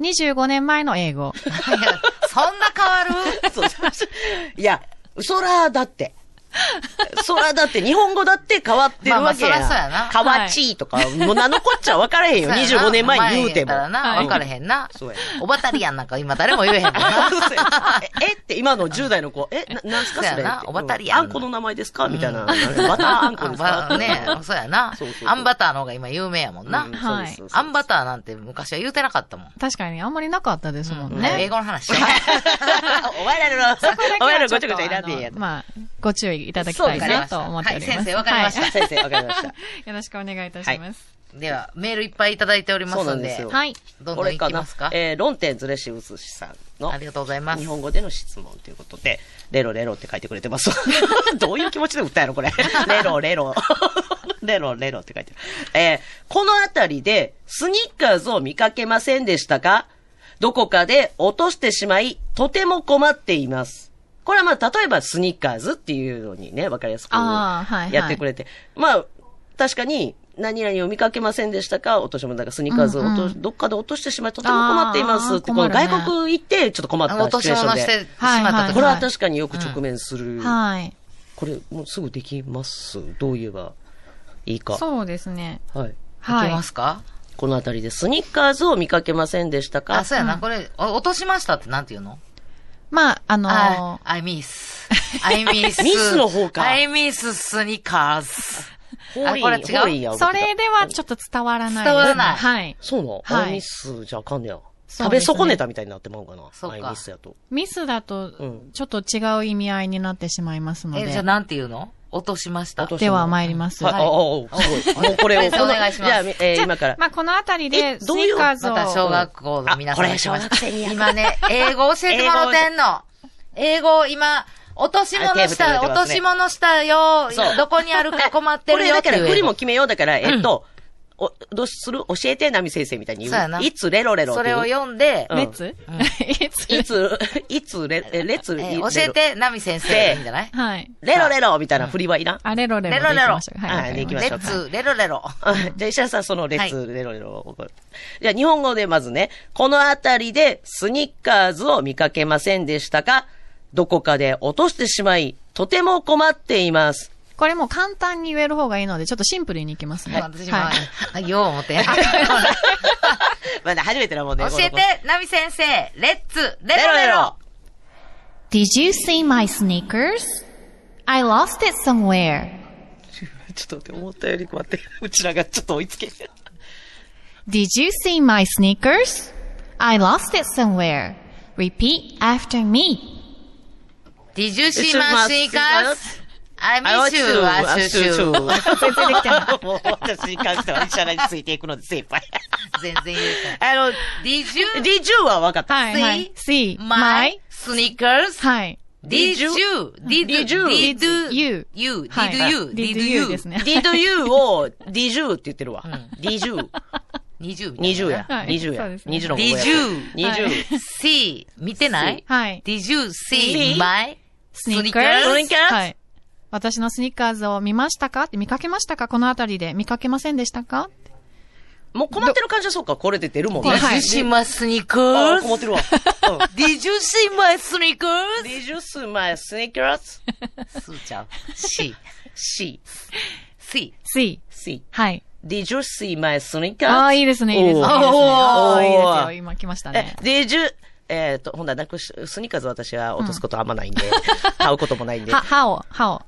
[SPEAKER 4] 25年前の英語。
[SPEAKER 1] いやそんな変わ る
[SPEAKER 3] そうそうそういや、そらだって。そらだって、日本語だって変わってるわけや。
[SPEAKER 1] まあまあそらそうやな
[SPEAKER 3] かわちいとか、もう名のこっちゃ分からへんよ。25年前に言うても。
[SPEAKER 1] 前やったらな、
[SPEAKER 4] はい
[SPEAKER 1] 分からへんな。
[SPEAKER 3] そうや。
[SPEAKER 1] おばたりやんなんか今誰も言えへんもんな。
[SPEAKER 3] ええって、今の10代の子、え、ななんすかそ
[SPEAKER 1] そう
[SPEAKER 3] れ
[SPEAKER 1] やな
[SPEAKER 3] って
[SPEAKER 1] おばたりやん
[SPEAKER 3] あんこの名前ですかみたいな。 バターあんこです
[SPEAKER 1] あ
[SPEAKER 3] か
[SPEAKER 1] ばねそうやな
[SPEAKER 3] そうそうそう。
[SPEAKER 1] アンバターの方が今有名やもんな。
[SPEAKER 4] はい
[SPEAKER 1] アンバターなんて昔は言うてなかったもん。
[SPEAKER 4] 確かにあんまりなかったですもんね。
[SPEAKER 1] 英語の話しよ
[SPEAKER 3] ー。 お前らの、お前らのごちゃごちゃいらんでええや
[SPEAKER 4] あのまあ、ご注意いただきたいなと思っております。
[SPEAKER 1] そうですねわかりました
[SPEAKER 4] は
[SPEAKER 1] はいい
[SPEAKER 3] 先生、わかりました。
[SPEAKER 4] よろしくお願いいたします。
[SPEAKER 1] うでは、メールいっぱいいただいております
[SPEAKER 3] そうな
[SPEAKER 1] の
[SPEAKER 3] んです
[SPEAKER 1] で
[SPEAKER 3] よ。
[SPEAKER 4] はい。
[SPEAKER 1] どん
[SPEAKER 3] こ
[SPEAKER 1] どん
[SPEAKER 3] れ
[SPEAKER 1] い
[SPEAKER 3] か
[SPEAKER 1] き
[SPEAKER 3] な
[SPEAKER 1] ますか。
[SPEAKER 3] えー、論点ずれしうすしさんの
[SPEAKER 1] ありがとうございます
[SPEAKER 3] 日。本語での質問ということで、レロレロって書いてくれてます。 どういう気持ちで打ったんやろ、 これ。レロレロ。 レロレロって書いてる。えーこのあたりでスニッカーズを見かけませんでしたかどこかで落としてしまい、とても困っています。これはまあ、例えばスニッカーズっていうのにね、わかりやすく
[SPEAKER 4] あーはいはい
[SPEAKER 3] やってくれて。まあ、確かに、何々を見かけませんでしたか落とし物だからスニッカーズを落と、
[SPEAKER 4] うんうん
[SPEAKER 3] どっかで落としてしまい、とても困っていますって、
[SPEAKER 4] あー
[SPEAKER 3] この
[SPEAKER 4] 困るね
[SPEAKER 3] 外国行ってちょっと困っ
[SPEAKER 1] あの
[SPEAKER 3] た
[SPEAKER 1] 落
[SPEAKER 3] シ
[SPEAKER 1] と
[SPEAKER 3] チ
[SPEAKER 1] し
[SPEAKER 3] ュエーション
[SPEAKER 1] 物
[SPEAKER 3] で。
[SPEAKER 1] してしまった
[SPEAKER 4] はい
[SPEAKER 3] こ
[SPEAKER 1] 時
[SPEAKER 3] れは確かによく直面する。
[SPEAKER 4] はい。
[SPEAKER 3] これ、もうすぐできます。どう言えばいいか。
[SPEAKER 4] そうですね。
[SPEAKER 3] はい。
[SPEAKER 1] 行
[SPEAKER 4] はい。
[SPEAKER 1] きますか
[SPEAKER 3] このあたりでスニッカーズを見かけませんでしたか
[SPEAKER 1] あ、そうやな。これ、お落としましたってなんて言うの
[SPEAKER 4] まあ、あのー
[SPEAKER 1] あ I miss. I miss.
[SPEAKER 3] ミスの方か
[SPEAKER 1] I miss sneakers.
[SPEAKER 3] 方位
[SPEAKER 1] あこれ違う
[SPEAKER 3] 方位や
[SPEAKER 4] それではちょっと伝わらないですね。
[SPEAKER 1] 伝わらない
[SPEAKER 4] はい。
[SPEAKER 3] そうなの、
[SPEAKER 4] はい
[SPEAKER 3] アイミスじゃあかんねや。
[SPEAKER 4] そう
[SPEAKER 3] 食
[SPEAKER 4] で
[SPEAKER 3] べ
[SPEAKER 4] すね
[SPEAKER 3] 損ねたみたいになってまうかな。
[SPEAKER 1] そうか
[SPEAKER 3] アイミスやと。
[SPEAKER 4] ミスだ
[SPEAKER 3] う
[SPEAKER 4] と
[SPEAKER 3] ん、
[SPEAKER 4] ちょっと違う意味合いになってしまいますの
[SPEAKER 1] え、じゃあ
[SPEAKER 4] で。
[SPEAKER 1] なんて言うの落としました。
[SPEAKER 3] 落とし
[SPEAKER 4] では参ります。
[SPEAKER 3] はい、ああ
[SPEAKER 4] はい
[SPEAKER 3] あ、すごい。もうこれを。
[SPEAKER 1] 先 生お願いします
[SPEAKER 3] じゃあ、え
[SPEAKER 4] じ
[SPEAKER 3] ー
[SPEAKER 4] ゃあ
[SPEAKER 3] 今から。
[SPEAKER 4] まあ、このあたり
[SPEAKER 3] え
[SPEAKER 4] で、ス
[SPEAKER 3] どう
[SPEAKER 4] ニ
[SPEAKER 3] いう
[SPEAKER 4] ッカーズ
[SPEAKER 1] また
[SPEAKER 4] を。
[SPEAKER 1] 小学校の皆さんが来ました
[SPEAKER 3] あこれ小学生にやる
[SPEAKER 1] 今ね、英語教えてもらってんの。英語今、落とし物
[SPEAKER 3] あ手振っ
[SPEAKER 1] して
[SPEAKER 3] くれ
[SPEAKER 1] た、
[SPEAKER 3] て
[SPEAKER 1] 落
[SPEAKER 3] ま
[SPEAKER 1] と
[SPEAKER 3] すね
[SPEAKER 1] し物したよ
[SPEAKER 3] そう、
[SPEAKER 1] どこにあるか困って
[SPEAKER 3] こ
[SPEAKER 1] る
[SPEAKER 3] れ
[SPEAKER 1] よ
[SPEAKER 3] だ
[SPEAKER 1] って
[SPEAKER 3] か
[SPEAKER 1] い
[SPEAKER 3] ら、
[SPEAKER 1] う
[SPEAKER 3] 振り
[SPEAKER 1] 英語
[SPEAKER 3] も決めようだから、えっと、お、どうする教えて、ナミ先生みたいに
[SPEAKER 1] そう
[SPEAKER 3] 言
[SPEAKER 1] や
[SPEAKER 3] う。
[SPEAKER 1] ない
[SPEAKER 3] つレロレロって
[SPEAKER 1] そ
[SPEAKER 3] い
[SPEAKER 1] れ
[SPEAKER 3] う
[SPEAKER 1] を読んで、
[SPEAKER 3] うん
[SPEAKER 4] 列 いつ
[SPEAKER 3] いつ、いつレ、えレツ、
[SPEAKER 1] え
[SPEAKER 3] レロ
[SPEAKER 1] ー教え、て、ナミ先生でいいんじゃない
[SPEAKER 4] はい。
[SPEAKER 3] レロレロみたいな振りはいらん。
[SPEAKER 4] あ、レロレロ。
[SPEAKER 1] レロレロ
[SPEAKER 4] はいわかりました。
[SPEAKER 3] は
[SPEAKER 1] レ
[SPEAKER 3] いできました
[SPEAKER 1] ッツ、レロレロ。
[SPEAKER 3] あじゃあ石田さん、そのレッ
[SPEAKER 1] は
[SPEAKER 3] ツ、レロレロを。じゃあ日本語でまずね、このあたりでスニッカーズを見かけませんでしたかどこかで落としてしまい、とても困っています。
[SPEAKER 4] これもう簡単に言える方がいいので、ちょっとシンプルにいきますね。
[SPEAKER 1] 私も
[SPEAKER 4] はい、
[SPEAKER 1] あ、よう 思って。教
[SPEAKER 3] まだ初めてなもんね。
[SPEAKER 1] え
[SPEAKER 3] この子
[SPEAKER 1] て、ナミ先生、レッツ、レ
[SPEAKER 3] レロ
[SPEAKER 1] ロ
[SPEAKER 3] レ
[SPEAKER 1] レ
[SPEAKER 3] ロ
[SPEAKER 1] ロ。
[SPEAKER 4] Did you see my sneakers? I lost it somewhere.
[SPEAKER 3] ちょっと待って、思ったより待って、うちらがちょっと追いつけ。
[SPEAKER 4] Did you see my sneakers? I lost it somewhere. Repeat after me.
[SPEAKER 1] Did you see my sneakers? I miss you, アッシュシュー。
[SPEAKER 3] 先生できた。 もう私に関しては石原についていくので精一杯。
[SPEAKER 1] 全然言えた。
[SPEAKER 3] あの、
[SPEAKER 1] Did you
[SPEAKER 3] D10 は分かった。
[SPEAKER 4] はいはい
[SPEAKER 1] see
[SPEAKER 4] See my-
[SPEAKER 1] my sneakers?
[SPEAKER 4] はい。
[SPEAKER 1] Did you? Did
[SPEAKER 3] Did you-
[SPEAKER 1] Did
[SPEAKER 4] you-
[SPEAKER 1] You.
[SPEAKER 4] はい
[SPEAKER 1] Did you?
[SPEAKER 4] Did
[SPEAKER 1] Did
[SPEAKER 4] you
[SPEAKER 1] you?
[SPEAKER 4] ですね
[SPEAKER 3] D2U を D10 って言ってるわ。D10。
[SPEAKER 1] 20。
[SPEAKER 3] 20や。
[SPEAKER 4] はい
[SPEAKER 3] 20や
[SPEAKER 4] そうです。ね
[SPEAKER 3] 20の5や。
[SPEAKER 1] 20
[SPEAKER 3] 20。
[SPEAKER 1] See. 見てない
[SPEAKER 4] See はい
[SPEAKER 1] Did you
[SPEAKER 3] See
[SPEAKER 1] see my
[SPEAKER 4] sneakers?
[SPEAKER 1] sneakers?
[SPEAKER 4] はい。私のスニッカーズを見ましたかって見かけましたかこのあたりで見かけませんでしたか
[SPEAKER 3] もう困ってる感じはそうか、これで出るもんね。
[SPEAKER 1] Did
[SPEAKER 4] はい
[SPEAKER 1] you see my
[SPEAKER 3] あ
[SPEAKER 1] sneakers?
[SPEAKER 3] 困って るわ。うん。
[SPEAKER 1] Did you see my sneakers?
[SPEAKER 3] Did you see my sneakers?
[SPEAKER 1] すーちゃん。し、
[SPEAKER 3] See,
[SPEAKER 1] see.
[SPEAKER 4] C。
[SPEAKER 3] see.
[SPEAKER 4] はい。
[SPEAKER 3] Did you see my sneakers?
[SPEAKER 4] ああ、いいですね、いいですね。いいですね
[SPEAKER 3] おー
[SPEAKER 4] ああ、いいで
[SPEAKER 3] お
[SPEAKER 4] す
[SPEAKER 3] ー
[SPEAKER 4] よ。今来ました
[SPEAKER 3] え
[SPEAKER 4] ね。、
[SPEAKER 3] Did you, えっと、ほんならなくし、スニーカーズ私は落とすことあんまないんで、買うこともないんで。
[SPEAKER 4] は、歯を、歯を。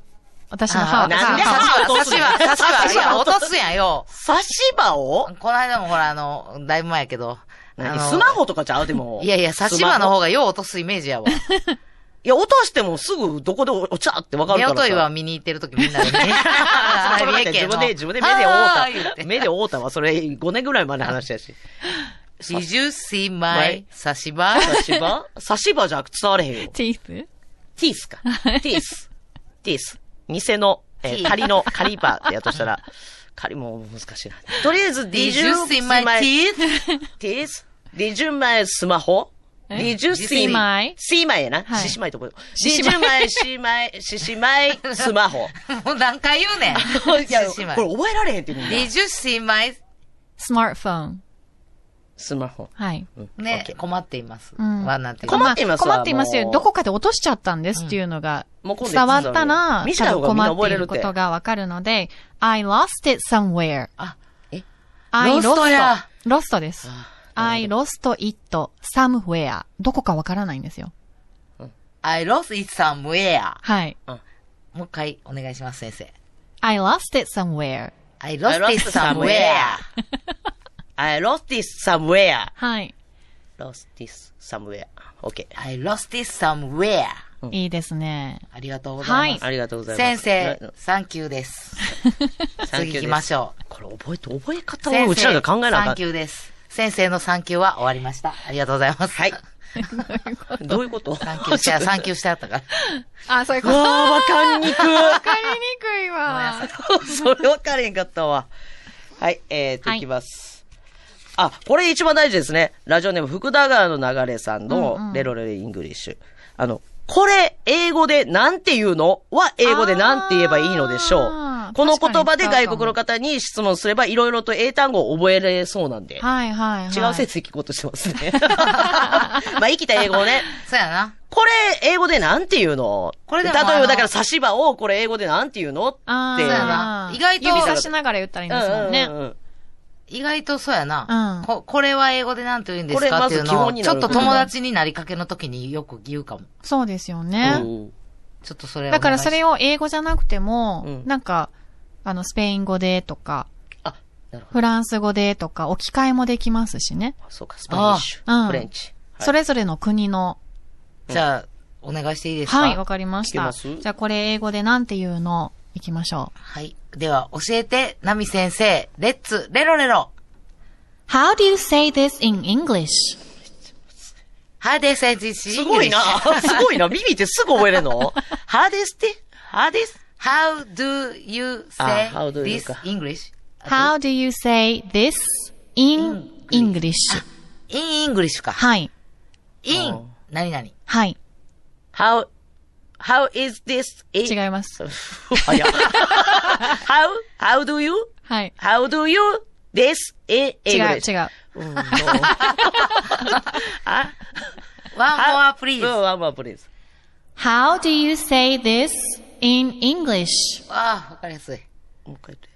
[SPEAKER 4] 私の歯
[SPEAKER 1] あ
[SPEAKER 4] を。
[SPEAKER 1] ー
[SPEAKER 3] なんで
[SPEAKER 1] 刺
[SPEAKER 4] 歯を
[SPEAKER 1] し
[SPEAKER 3] 歯を
[SPEAKER 1] は、
[SPEAKER 3] 落と
[SPEAKER 1] 刺
[SPEAKER 3] すの
[SPEAKER 1] しは、刺しは、いや、落とすやんよ。
[SPEAKER 3] 差し歯を
[SPEAKER 1] この間もほら、あの、だいぶ前やけど。あの
[SPEAKER 3] スマホとかちゃうでも。
[SPEAKER 1] いやいや、刺し歯の
[SPEAKER 3] スマホ
[SPEAKER 1] 方がよう落とすイメージやわ。
[SPEAKER 3] いや、落としてもすぐどこで落ちゃってわかる
[SPEAKER 1] 目
[SPEAKER 3] から
[SPEAKER 1] を
[SPEAKER 3] さ。
[SPEAKER 1] といは見に行ってるときみんなでね。
[SPEAKER 3] あ そこまで 自分で、自分で目で覆うた。目で覆うたわ。それ5年ぐらい前の話やし。
[SPEAKER 1] Did you see my 刺 し歯
[SPEAKER 3] 差し歯差し歯じゃ伝われへんよ。
[SPEAKER 4] teeth?
[SPEAKER 3] ティース か。ティース。ティース。偽の、えー仮の、仮歯ってやっとしたら、 仮も難しいな。とりあえず、
[SPEAKER 1] ?Did you see my teeth?
[SPEAKER 3] ティース ?Did you my スマホ
[SPEAKER 4] え
[SPEAKER 3] ?Did you see
[SPEAKER 4] see my？
[SPEAKER 3] see my やな。
[SPEAKER 4] はい
[SPEAKER 3] ししまいとこ。
[SPEAKER 4] しし
[SPEAKER 3] Did
[SPEAKER 4] まい
[SPEAKER 3] you my, see my, ししまいスマホ。
[SPEAKER 1] もう何回言うねん。
[SPEAKER 3] いや、
[SPEAKER 1] 刺
[SPEAKER 3] こ
[SPEAKER 1] し
[SPEAKER 3] れ
[SPEAKER 1] 歯。
[SPEAKER 3] 覚えられへんってみんな
[SPEAKER 1] Did you see my
[SPEAKER 4] smartphone.
[SPEAKER 3] スマホ。
[SPEAKER 4] はい。
[SPEAKER 1] ね
[SPEAKER 3] OK、
[SPEAKER 1] 困っています。
[SPEAKER 4] うん
[SPEAKER 1] は、なんていうの
[SPEAKER 3] 困っていますわ
[SPEAKER 4] 困っています
[SPEAKER 3] も
[SPEAKER 4] よ。
[SPEAKER 3] う
[SPEAKER 4] どこかで落としちゃったんですっていうのが
[SPEAKER 3] もう今度
[SPEAKER 4] 伝わったら、
[SPEAKER 3] 見せた
[SPEAKER 4] 多
[SPEAKER 3] 方
[SPEAKER 4] 分
[SPEAKER 3] がみんな
[SPEAKER 4] 困っ
[SPEAKER 3] 覚え
[SPEAKER 4] てい
[SPEAKER 3] れる
[SPEAKER 4] る
[SPEAKER 3] って。
[SPEAKER 4] ことがわかるので、I lost it somewhere.
[SPEAKER 1] あ、え
[SPEAKER 4] I
[SPEAKER 1] ロストや
[SPEAKER 4] ロストです。I lost it somewhere. どこかわからないんですよ。
[SPEAKER 1] I lost it somewhere.
[SPEAKER 4] はい。
[SPEAKER 1] もう一回お願いします、先生。
[SPEAKER 4] I lost it somewhere.
[SPEAKER 1] I
[SPEAKER 3] I
[SPEAKER 1] lost it somewhere.
[SPEAKER 3] I lost this somewhere.
[SPEAKER 4] はい。
[SPEAKER 3] lost this somewhere. OK。
[SPEAKER 1] I lost it somewhere.
[SPEAKER 4] いいですね。
[SPEAKER 1] ありがとうございます。
[SPEAKER 4] は
[SPEAKER 3] ありがとうございま
[SPEAKER 1] 先
[SPEAKER 3] す。
[SPEAKER 1] 生、サンキュー です。次行きまし
[SPEAKER 3] ょ
[SPEAKER 1] ょ
[SPEAKER 3] う。これ覚えて、覚え
[SPEAKER 1] う。
[SPEAKER 3] 方をうちらが考えなあ
[SPEAKER 1] サ
[SPEAKER 3] か
[SPEAKER 1] ン
[SPEAKER 3] っ
[SPEAKER 1] キューです。先生のサンキューは終わりました。ありがとうございます。はい。
[SPEAKER 3] た。 どういうこと
[SPEAKER 1] サン キューして、サンキューしてあったから。
[SPEAKER 4] あ、そういう
[SPEAKER 3] う
[SPEAKER 4] こと。わ
[SPEAKER 3] わー、わかんに
[SPEAKER 4] かりにくいわ。
[SPEAKER 3] く。 それわかれへんかったわ。はい、えーと、
[SPEAKER 4] はい
[SPEAKER 3] いきます。あ、これ一番大事ですね。ラジオネーム、福田川の流れさん
[SPEAKER 4] うんうん
[SPEAKER 3] の、レロレレイングリッシュ。あの、これ、英語でなんて言うのは、英語でなんて言えばいいのでしょ
[SPEAKER 4] あー
[SPEAKER 3] う。この言葉で
[SPEAKER 4] 確かに
[SPEAKER 3] 外国の方に質問すれば、いろいろと英単語を覚えれそうなんで。
[SPEAKER 4] はいはいはい。
[SPEAKER 3] 違う説聞こうとしてますね。 まあ、生きた英語をね。
[SPEAKER 1] そうやな。
[SPEAKER 3] これ、英語でなんて言うの
[SPEAKER 1] これでも
[SPEAKER 3] 例え
[SPEAKER 1] あの
[SPEAKER 3] ば、だから、差し歯を、これ、英語でなんて言うのって。
[SPEAKER 4] あ
[SPEAKER 1] そうやな意外と
[SPEAKER 4] 指差しながら言ったらいいんですもんね。
[SPEAKER 3] うんうんうん
[SPEAKER 1] 意外とそうやな。
[SPEAKER 4] うん
[SPEAKER 1] ここれは英語でなんて言うんです
[SPEAKER 3] これ
[SPEAKER 1] か
[SPEAKER 3] ま
[SPEAKER 1] って
[SPEAKER 3] ず
[SPEAKER 1] いうの
[SPEAKER 3] 基
[SPEAKER 1] を、
[SPEAKER 3] 本に
[SPEAKER 1] ち
[SPEAKER 3] な
[SPEAKER 1] ょっ
[SPEAKER 3] る
[SPEAKER 1] と友達になりかけの時によく言うかも。
[SPEAKER 4] そうですよね。
[SPEAKER 3] うん
[SPEAKER 1] ちょっとそれをお願いし
[SPEAKER 4] だからそれを英語じゃなくても、
[SPEAKER 3] うん
[SPEAKER 4] なんか、あの、スペイン語でとか、
[SPEAKER 3] あ、なるほ
[SPEAKER 4] フランス語でとか、置き換えもできますしね。
[SPEAKER 3] ど。そうか、スペインッシ
[SPEAKER 4] あ
[SPEAKER 3] ュ、
[SPEAKER 4] ー
[SPEAKER 3] フレンチ。はい
[SPEAKER 4] それぞれの国の。
[SPEAKER 1] じゃあ、お願いしていいですか
[SPEAKER 4] はい、わかりまし
[SPEAKER 3] 聞け
[SPEAKER 4] た。
[SPEAKER 3] ます
[SPEAKER 4] じゃあこれ英語でなんて言うの行きましょう。
[SPEAKER 1] はい。では、教えて、ナミ先生、レッツ、レロレロ。
[SPEAKER 4] How do you say this in English?
[SPEAKER 1] ハーデー先生、す
[SPEAKER 3] すごいな。 すごいな。耳ってすぐ覚えれるの ハーデスってハーデス
[SPEAKER 1] How do you say
[SPEAKER 3] あ how do you
[SPEAKER 1] this
[SPEAKER 3] か
[SPEAKER 1] English?
[SPEAKER 4] How do you say this in English?
[SPEAKER 1] In English か。
[SPEAKER 4] はい、
[SPEAKER 1] in 何々。
[SPEAKER 4] はい、
[SPEAKER 3] ?How, how is this?
[SPEAKER 4] 違
[SPEAKER 3] う。
[SPEAKER 4] います。
[SPEAKER 3] 早っ How, how do you?
[SPEAKER 4] はい。
[SPEAKER 3] How do you? This in
[SPEAKER 4] 違う、
[SPEAKER 3] English.
[SPEAKER 4] 違う。
[SPEAKER 3] うんもうあうん
[SPEAKER 1] One more please.
[SPEAKER 3] one more please.
[SPEAKER 4] How do you say this in English?
[SPEAKER 1] ああ、わかりやすい。
[SPEAKER 3] もう一回言って。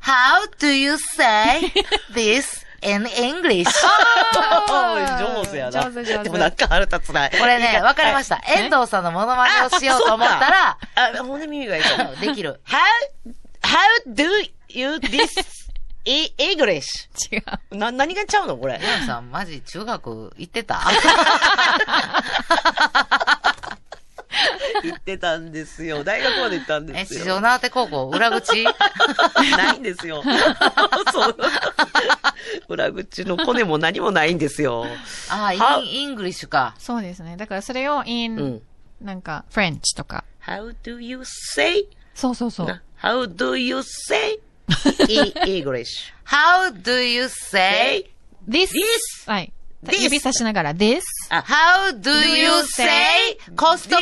[SPEAKER 1] How do you say this in English?
[SPEAKER 3] 上手やな。
[SPEAKER 4] 上手上手
[SPEAKER 3] でもなんか腹立つない。。
[SPEAKER 1] これね、わかりましたた。遠藤さんのモノマネをしようと思ったら、
[SPEAKER 3] あ、ほん で耳が痛い。
[SPEAKER 1] できる。
[SPEAKER 3] How, how do you this in English?
[SPEAKER 4] 違う。
[SPEAKER 3] な、何がちゃうのこれ。
[SPEAKER 1] 遠藤さん、マジ中学行ってた
[SPEAKER 3] 言ってたんですよ。大学まで行ったんで
[SPEAKER 1] え、
[SPEAKER 3] す
[SPEAKER 1] 市
[SPEAKER 3] よ。
[SPEAKER 1] 場縄手高校、裏口
[SPEAKER 3] ないんですよ。 そう。裏口のコネも何もないんですよ。
[SPEAKER 1] ああ、
[SPEAKER 3] How-
[SPEAKER 1] in English か。
[SPEAKER 4] そうですね。だからそれを in、
[SPEAKER 3] うん
[SPEAKER 4] なんか、French とか。
[SPEAKER 3] How do you say?
[SPEAKER 4] そうそうそう。
[SPEAKER 3] な How do you say? in English.
[SPEAKER 1] How do you say?
[SPEAKER 4] this,
[SPEAKER 3] This
[SPEAKER 4] はい。
[SPEAKER 3] This
[SPEAKER 4] 指差しながら this,
[SPEAKER 1] How do you say Costco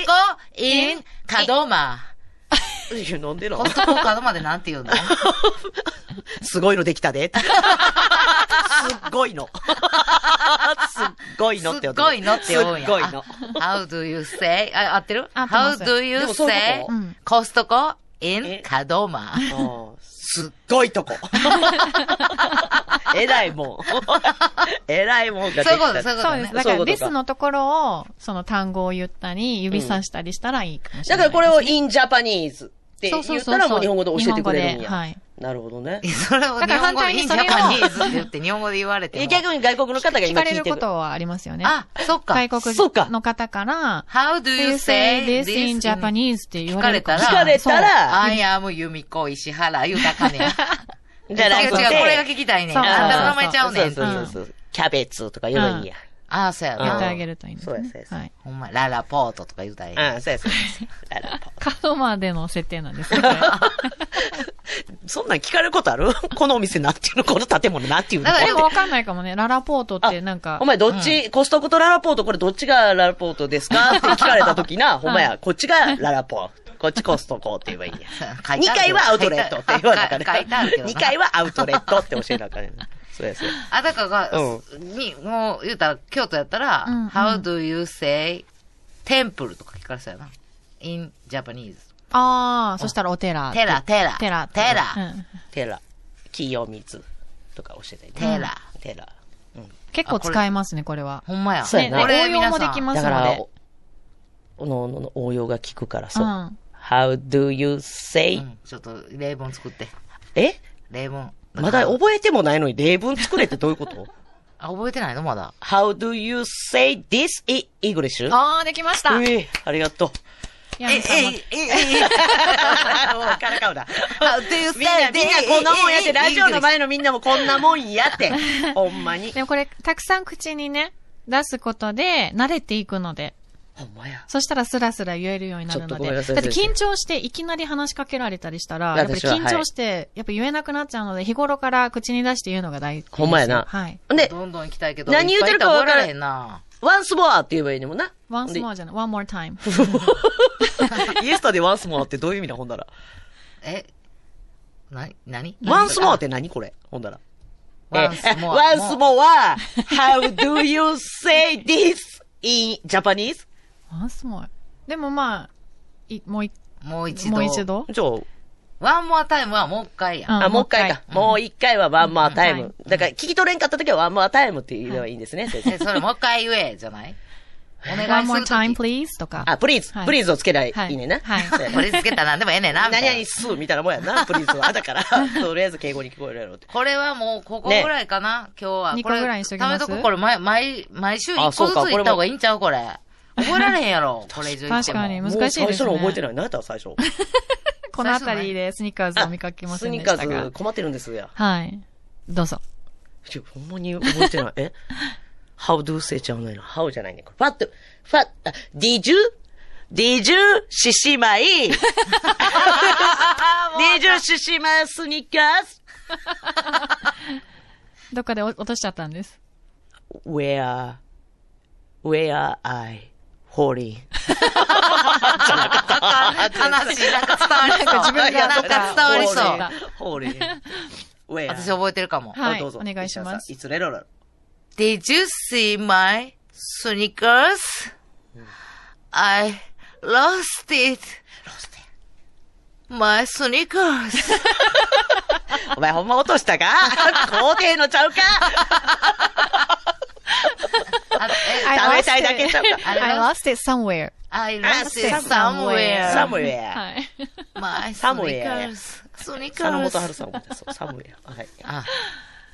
[SPEAKER 1] in 門真
[SPEAKER 3] いやなんでな
[SPEAKER 1] コストコカードまでなんて言うの
[SPEAKER 3] すごいのできたで。すっごいの。すっごいのって
[SPEAKER 1] すっごいのって言うんや。
[SPEAKER 3] すっごいの。
[SPEAKER 1] あ How do you say? あ、合ってる
[SPEAKER 4] 合ってます
[SPEAKER 1] ?How do you
[SPEAKER 3] でもそういう
[SPEAKER 1] say?
[SPEAKER 3] こと
[SPEAKER 4] うん
[SPEAKER 1] コストコ in
[SPEAKER 3] え
[SPEAKER 1] カドマ。
[SPEAKER 3] うんすっごいとこ。 えらいもん。えらいもんができた。
[SPEAKER 1] そういうこと、そういうこ
[SPEAKER 4] そ
[SPEAKER 1] と
[SPEAKER 4] うで
[SPEAKER 1] ね
[SPEAKER 4] す。。だ
[SPEAKER 3] そう
[SPEAKER 4] か
[SPEAKER 3] いうことか
[SPEAKER 4] ら、ですのところを、その単語を言ったり、指さしたりしたらいいかもしれ
[SPEAKER 3] だ
[SPEAKER 4] な
[SPEAKER 3] か
[SPEAKER 4] い。
[SPEAKER 3] らこれを in Japanese って言
[SPEAKER 4] そうそ
[SPEAKER 3] っ
[SPEAKER 4] うそうそう、
[SPEAKER 3] たらもう日本語で教えてくれるん
[SPEAKER 4] 日本語で
[SPEAKER 3] や。
[SPEAKER 4] はい。
[SPEAKER 3] なるほどね
[SPEAKER 1] い。やそれを日
[SPEAKER 4] だから
[SPEAKER 1] 本
[SPEAKER 4] 反
[SPEAKER 1] 語で
[SPEAKER 4] 対
[SPEAKER 1] イ
[SPEAKER 4] に
[SPEAKER 1] ンジ
[SPEAKER 4] それを
[SPEAKER 1] ャパニーズって言って日本語で言われても。
[SPEAKER 3] 逆に外国の方が
[SPEAKER 4] 聞
[SPEAKER 3] 今
[SPEAKER 4] かれ
[SPEAKER 3] 聞い
[SPEAKER 4] る
[SPEAKER 3] て
[SPEAKER 4] こ
[SPEAKER 3] る。
[SPEAKER 4] とはありますよね。
[SPEAKER 1] あ、そっか。
[SPEAKER 4] 外国
[SPEAKER 3] そうか
[SPEAKER 4] 人の方から、
[SPEAKER 1] How do
[SPEAKER 4] Do
[SPEAKER 1] you
[SPEAKER 4] you
[SPEAKER 1] say
[SPEAKER 4] say this
[SPEAKER 1] this
[SPEAKER 4] in
[SPEAKER 1] in-
[SPEAKER 4] Japanese って言われる
[SPEAKER 1] 聞
[SPEAKER 3] 聞かれたら、
[SPEAKER 1] I am 由美子石原豊かね。
[SPEAKER 3] じゃな
[SPEAKER 1] 違う違う、
[SPEAKER 3] く
[SPEAKER 1] こ
[SPEAKER 3] て、
[SPEAKER 1] れが聞きたいねん。
[SPEAKER 4] そう
[SPEAKER 1] あんたの名前ちゃうねん。
[SPEAKER 3] そうそうそうそう。キャベツとか言うのいいや。
[SPEAKER 1] ああ、そうや
[SPEAKER 3] うん
[SPEAKER 4] やって
[SPEAKER 1] な。
[SPEAKER 4] あげるといいんですね。
[SPEAKER 3] そうですそうです
[SPEAKER 4] はい。
[SPEAKER 1] ほんま、ララポートとか言うたらええねん
[SPEAKER 3] うん、そうやそうやそうや。なるほど
[SPEAKER 4] カドマでの設定なんですね。 これ
[SPEAKER 3] そんなん聞かれることある このお店なんていうのこの建物なんていうの
[SPEAKER 1] だから
[SPEAKER 4] でもわかんないかもね。ララポートってなんか
[SPEAKER 3] お、前どっち、コストコとララポート、これどっちがララポートです かって聞かれた時な、ほんまや、こっちがララポート、こっちコストコって言えばいいんや。
[SPEAKER 1] 書い
[SPEAKER 3] 2
[SPEAKER 1] てあるけ
[SPEAKER 3] 階
[SPEAKER 1] ど
[SPEAKER 3] はアウトレットって言わなあかね。
[SPEAKER 1] 書いてあるけ どな
[SPEAKER 3] 2階はアウトレットって教えなあかね。そうやそうや。
[SPEAKER 1] あ、だからが、
[SPEAKER 3] う
[SPEAKER 1] に、もう、言うたら、京都やったら、
[SPEAKER 4] うんうん
[SPEAKER 1] How do you say temple とか聞かれそうやな。in Japanese.
[SPEAKER 4] ああ、そしたらお寺。
[SPEAKER 1] テラ、テラ。
[SPEAKER 4] テラ。
[SPEAKER 1] テラ。
[SPEAKER 4] うん
[SPEAKER 3] テラ、清水とか教えてね。
[SPEAKER 1] テラ。
[SPEAKER 3] テラ。
[SPEAKER 4] 結構使えますね、これは。
[SPEAKER 1] ほんまや。
[SPEAKER 3] そうやな
[SPEAKER 1] これ
[SPEAKER 4] 応用もで
[SPEAKER 1] 皆さ
[SPEAKER 4] き
[SPEAKER 1] ん
[SPEAKER 4] ます
[SPEAKER 3] だ
[SPEAKER 4] の
[SPEAKER 3] から
[SPEAKER 4] で。、
[SPEAKER 3] おのおのの応用が効くからそうう。
[SPEAKER 4] ん。
[SPEAKER 3] How do you
[SPEAKER 1] う
[SPEAKER 3] say?
[SPEAKER 1] んちょっと、例文作って。
[SPEAKER 3] え
[SPEAKER 1] 例文。
[SPEAKER 3] まだ覚えてもないのに例文作れってどういうこと
[SPEAKER 1] あ、覚えてないのまだ。
[SPEAKER 3] ?How do you say this in English?
[SPEAKER 4] ああ、できました。
[SPEAKER 3] うえありがとう。
[SPEAKER 4] ヤミさんも
[SPEAKER 1] え、え、
[SPEAKER 3] あからかうな。
[SPEAKER 1] How do you
[SPEAKER 3] みんな、
[SPEAKER 1] say
[SPEAKER 3] みんなこんなもんやって、ラジオの
[SPEAKER 1] 前。
[SPEAKER 3] 前のみんなもこんなもんやって。ほんまに。
[SPEAKER 4] でもこれ、たくさん口にね、出すことで、慣れていくので。
[SPEAKER 3] ほんまや。
[SPEAKER 4] そしたらスラスラ言えるようになる
[SPEAKER 3] ちょ
[SPEAKER 4] の
[SPEAKER 3] っとご
[SPEAKER 4] で。
[SPEAKER 3] めん
[SPEAKER 4] だ
[SPEAKER 3] なさ
[SPEAKER 4] って
[SPEAKER 3] い
[SPEAKER 4] 緊張していきなり話しかけられたりしたら、やっぱり
[SPEAKER 3] 私は
[SPEAKER 4] 緊張して、やっぱ言えなくなっちゃうので、日頃から口に出して言うのが大事です。
[SPEAKER 3] ほんまやな
[SPEAKER 4] はい。
[SPEAKER 3] で、
[SPEAKER 1] どんどん行きたいけど。
[SPEAKER 3] 何言うてるか分から
[SPEAKER 1] いっぱい行ったら終わらへんな。
[SPEAKER 3] ワンスモアって言えばいいのもんな。
[SPEAKER 4] ワンスモアじゃない、ワンモアタ イム。
[SPEAKER 3] イエスタで ワンスモアってどういう意味だ、ほんだら。
[SPEAKER 1] え、な、何
[SPEAKER 3] ワンスモアって何これほんだら。
[SPEAKER 1] ワンスモア。
[SPEAKER 3] ワンスモア How do you say this in Japanese?
[SPEAKER 4] ワンスモア。でもまあ、いもうい
[SPEAKER 1] もう一度。
[SPEAKER 4] もう一。度。
[SPEAKER 3] じゃあ、
[SPEAKER 1] ワンモアタイムはもう一回やん。
[SPEAKER 4] ん
[SPEAKER 3] あ、もう一回か。。もう一回はワンマータイ
[SPEAKER 4] うん
[SPEAKER 3] ム。だから、聞き取れんかった時はワンマータイムって言えばいいんです ね、先
[SPEAKER 1] え、
[SPEAKER 3] 生。
[SPEAKER 1] それもう一回言え、じゃないお願
[SPEAKER 4] ワ
[SPEAKER 1] い
[SPEAKER 4] ン
[SPEAKER 1] す
[SPEAKER 4] モア
[SPEAKER 1] ると
[SPEAKER 4] タイム、
[SPEAKER 1] き。
[SPEAKER 4] please と か。
[SPEAKER 3] あ、プリーズ
[SPEAKER 4] は。い
[SPEAKER 3] プリーズをつけりゃい
[SPEAKER 4] はい
[SPEAKER 3] いねんな。
[SPEAKER 4] はい
[SPEAKER 3] そうやな
[SPEAKER 1] これつけたら何でもええねんな、みたいな
[SPEAKER 3] 何々すみたいなもんやな、プリーズは。だ から、とりあえず敬語に聞こえるやろうって。
[SPEAKER 1] これはもう、ここぐらいかな、今日は。
[SPEAKER 4] 二個
[SPEAKER 1] これ
[SPEAKER 4] ぐらいにしときま
[SPEAKER 1] た
[SPEAKER 4] す
[SPEAKER 1] めとこ、これ、毎、毎、毎週一個ずつ
[SPEAKER 3] あそうかこれ
[SPEAKER 1] 行
[SPEAKER 3] も
[SPEAKER 1] った方がいいんちゃうこれ。覚えられへん やろ、これ以上言っても。
[SPEAKER 4] 確かに
[SPEAKER 1] も
[SPEAKER 4] 難しいですね
[SPEAKER 3] もう最初の覚えてない。何やったの最初。
[SPEAKER 4] このあたりでスニーカーズを見かけませ
[SPEAKER 3] ス
[SPEAKER 4] んで
[SPEAKER 3] ニ
[SPEAKER 4] し
[SPEAKER 3] ーカ
[SPEAKER 4] たが
[SPEAKER 3] ーズ。困ってるんですや。
[SPEAKER 4] はい。どうぞ。
[SPEAKER 3] いやほんまに覚えて ない。え ?How do you say ちゃうのよな。How じゃないねん。これ。What? What? あ Did you? Did you? しし まい。Did you ししまスニーカーズ
[SPEAKER 4] どっかでお落としちゃったんです。
[SPEAKER 3] Where, where I falling?
[SPEAKER 1] 悲しい。なんか伝わりそう。
[SPEAKER 4] 自分が
[SPEAKER 1] なんか伝わりそう。
[SPEAKER 3] falling. Where?
[SPEAKER 1] 私覚えてるかも。
[SPEAKER 4] はい
[SPEAKER 3] あどうぞ
[SPEAKER 4] お願いします
[SPEAKER 3] いつレロレロ。
[SPEAKER 1] Did you see my sneakers? I lost it. My sneakers.
[SPEAKER 3] お前ほんま落としたか皇帝のちゃうか
[SPEAKER 1] あえ
[SPEAKER 4] I
[SPEAKER 3] 食べたいだけちゃうか
[SPEAKER 1] I
[SPEAKER 4] I
[SPEAKER 1] lost-
[SPEAKER 4] lost it somewhere.
[SPEAKER 1] I lost it
[SPEAKER 4] somewhere.
[SPEAKER 1] somewhere.
[SPEAKER 3] ?Somewhere.
[SPEAKER 4] はい。
[SPEAKER 1] My
[SPEAKER 3] Somewhere.
[SPEAKER 1] sneakers. Sneakers.
[SPEAKER 3] 佐野元春さんも出そう。Somewhere。はい。
[SPEAKER 1] あ、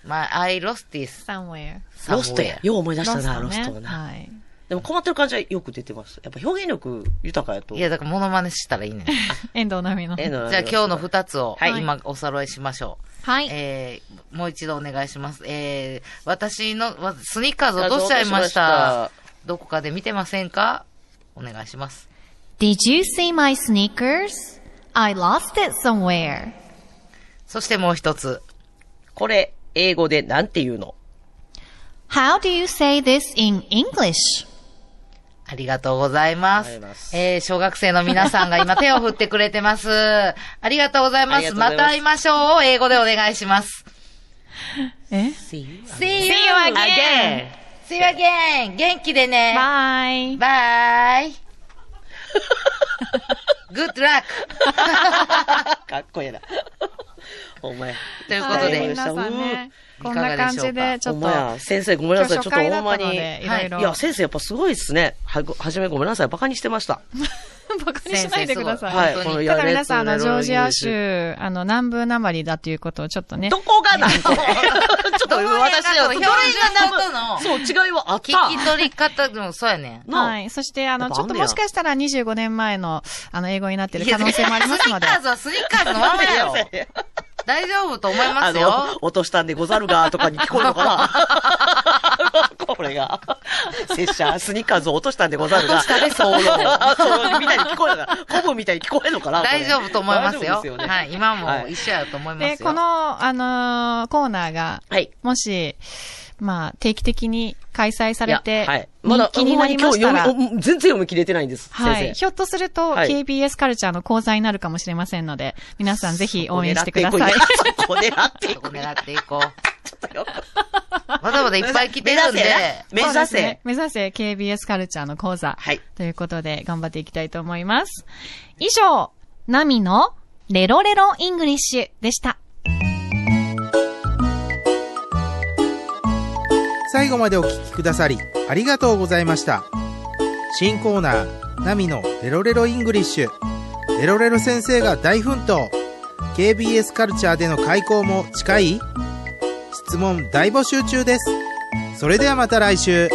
[SPEAKER 1] まあ、I lost this.
[SPEAKER 4] somewhere.
[SPEAKER 3] ロストや。よう思い出したな、ロ
[SPEAKER 4] ね
[SPEAKER 3] ストをな。
[SPEAKER 4] はい。
[SPEAKER 3] でも困ってる感じはよく出てます。やっぱ表現力豊かやと。
[SPEAKER 1] いや、だからモノマネしたらいいねん。じ
[SPEAKER 4] 遠藤奈美の。
[SPEAKER 3] ええの、
[SPEAKER 1] ゃあ今日の二つを、
[SPEAKER 3] はい
[SPEAKER 1] 今おさらいしましょう。
[SPEAKER 4] はい。
[SPEAKER 1] えー、もう一度お願いします。えー、私の、わスニッカーズ落としちゃいました。どこかで見てませんかお願いします。
[SPEAKER 4] Did you see my sneakers? I lost it somewhere.
[SPEAKER 1] そしてもう一つ。
[SPEAKER 3] これ、英語でなんて言うの
[SPEAKER 4] How do you say this in English?
[SPEAKER 1] ありがとうございます。
[SPEAKER 3] ありがとうございます
[SPEAKER 1] えー小学生の皆さんが今手を振ってくれて ます。ありがとうございま
[SPEAKER 3] ありがと
[SPEAKER 1] す。
[SPEAKER 3] うございま
[SPEAKER 1] ま
[SPEAKER 3] す
[SPEAKER 1] た会いましょうを英語でお願いします。
[SPEAKER 4] え
[SPEAKER 3] See you.
[SPEAKER 1] See you
[SPEAKER 4] you again.
[SPEAKER 1] again!See you again! 元気でね。
[SPEAKER 4] バイ。
[SPEAKER 1] バ イ Good luck!
[SPEAKER 3] かっこいいな。お前。
[SPEAKER 1] というこ
[SPEAKER 4] は
[SPEAKER 1] と
[SPEAKER 4] い、
[SPEAKER 1] で、
[SPEAKER 4] 皆さんね、
[SPEAKER 1] うん
[SPEAKER 4] こんな感じで、ち
[SPEAKER 3] お
[SPEAKER 4] ょっと、
[SPEAKER 3] 前、先生ごめんなさい。ちょっと
[SPEAKER 4] 今
[SPEAKER 3] ほ
[SPEAKER 4] 日初
[SPEAKER 3] んま
[SPEAKER 4] 回だったの
[SPEAKER 3] に。
[SPEAKER 4] で
[SPEAKER 1] はい
[SPEAKER 4] いろいろ
[SPEAKER 3] いや、先生やっぱすごいですね。はご、はじめごめんなさい。バカにしてました。
[SPEAKER 4] バカにしないでください。
[SPEAKER 3] はい。
[SPEAKER 1] 本当に
[SPEAKER 3] の
[SPEAKER 4] だから皆さん、あ
[SPEAKER 3] やれ
[SPEAKER 4] の、ジョージア
[SPEAKER 3] やれ
[SPEAKER 4] 州、あの、南部なまりだということをちょっとね。
[SPEAKER 3] どこがなん て。ちょっと
[SPEAKER 1] どうや
[SPEAKER 3] 私は、
[SPEAKER 1] なんか表現が
[SPEAKER 3] そう、違いはあった。
[SPEAKER 1] 聞き取り方でもそうやねん。
[SPEAKER 3] なあ
[SPEAKER 4] はい。そして、あ
[SPEAKER 3] や
[SPEAKER 4] の、
[SPEAKER 3] っぱ
[SPEAKER 4] ちょっと
[SPEAKER 3] あんねや
[SPEAKER 4] もしかしたら25年前の、あの、英語になってる可能性もありますので
[SPEAKER 1] スニッ。カーズはスニッカーズのままやろ。 大丈夫と思いますよ。
[SPEAKER 3] あの、落としたんでござるが、とかに聞こえるのか なこれが。拙者、スニッカーズを落としたんでござるが。
[SPEAKER 1] 落としたです
[SPEAKER 3] そうそうみたいに聞こえるのかなコブみたいに聞こえるのかなこれ
[SPEAKER 1] 大丈夫と思います
[SPEAKER 3] 大丈夫
[SPEAKER 1] よ。
[SPEAKER 3] ですね
[SPEAKER 1] はい。今
[SPEAKER 3] は
[SPEAKER 1] も
[SPEAKER 3] い
[SPEAKER 1] 一緒やと思いますよ。
[SPEAKER 4] で、この、あのーコーナーが、
[SPEAKER 3] はい。
[SPEAKER 4] もし、まあ、定期的に開催され
[SPEAKER 3] い
[SPEAKER 4] て
[SPEAKER 3] やはい、ま
[SPEAKER 4] 人
[SPEAKER 3] だ、
[SPEAKER 4] 気になりましたら
[SPEAKER 3] ほん、まに今日読みお全然読み切れてないんです。
[SPEAKER 4] は
[SPEAKER 3] 先
[SPEAKER 4] い。
[SPEAKER 3] 生。
[SPEAKER 4] ひょっとすると、
[SPEAKER 3] はい
[SPEAKER 4] KBS カルチャーの講座になるかもしれませんので、皆さんぜひ応援してくだ
[SPEAKER 3] そ
[SPEAKER 4] さい。
[SPEAKER 3] こ狙 ってい
[SPEAKER 1] そ
[SPEAKER 3] く
[SPEAKER 1] こ
[SPEAKER 3] んや。
[SPEAKER 1] 狙っていこ
[SPEAKER 3] そこ狙
[SPEAKER 1] う。
[SPEAKER 3] っていくんや。
[SPEAKER 1] まだまだいっぱい来てるんで。
[SPEAKER 3] 目指せな。目
[SPEAKER 4] そ
[SPEAKER 3] 指
[SPEAKER 4] うですね
[SPEAKER 3] せ。
[SPEAKER 4] 目指せ KBS カルチャーの講座。
[SPEAKER 3] はい。
[SPEAKER 4] ということで、頑張っていきたいと思います。以上、ナミのレロレロイングリッシュでした。
[SPEAKER 2] 最後までお聞きくださりありがとうございました新コーナー「ナミのレロレロイングリッシュ」レロレロ先生が大奮闘 KBS カルチャーでの開講も近い質問大募集中ですそれではまた来週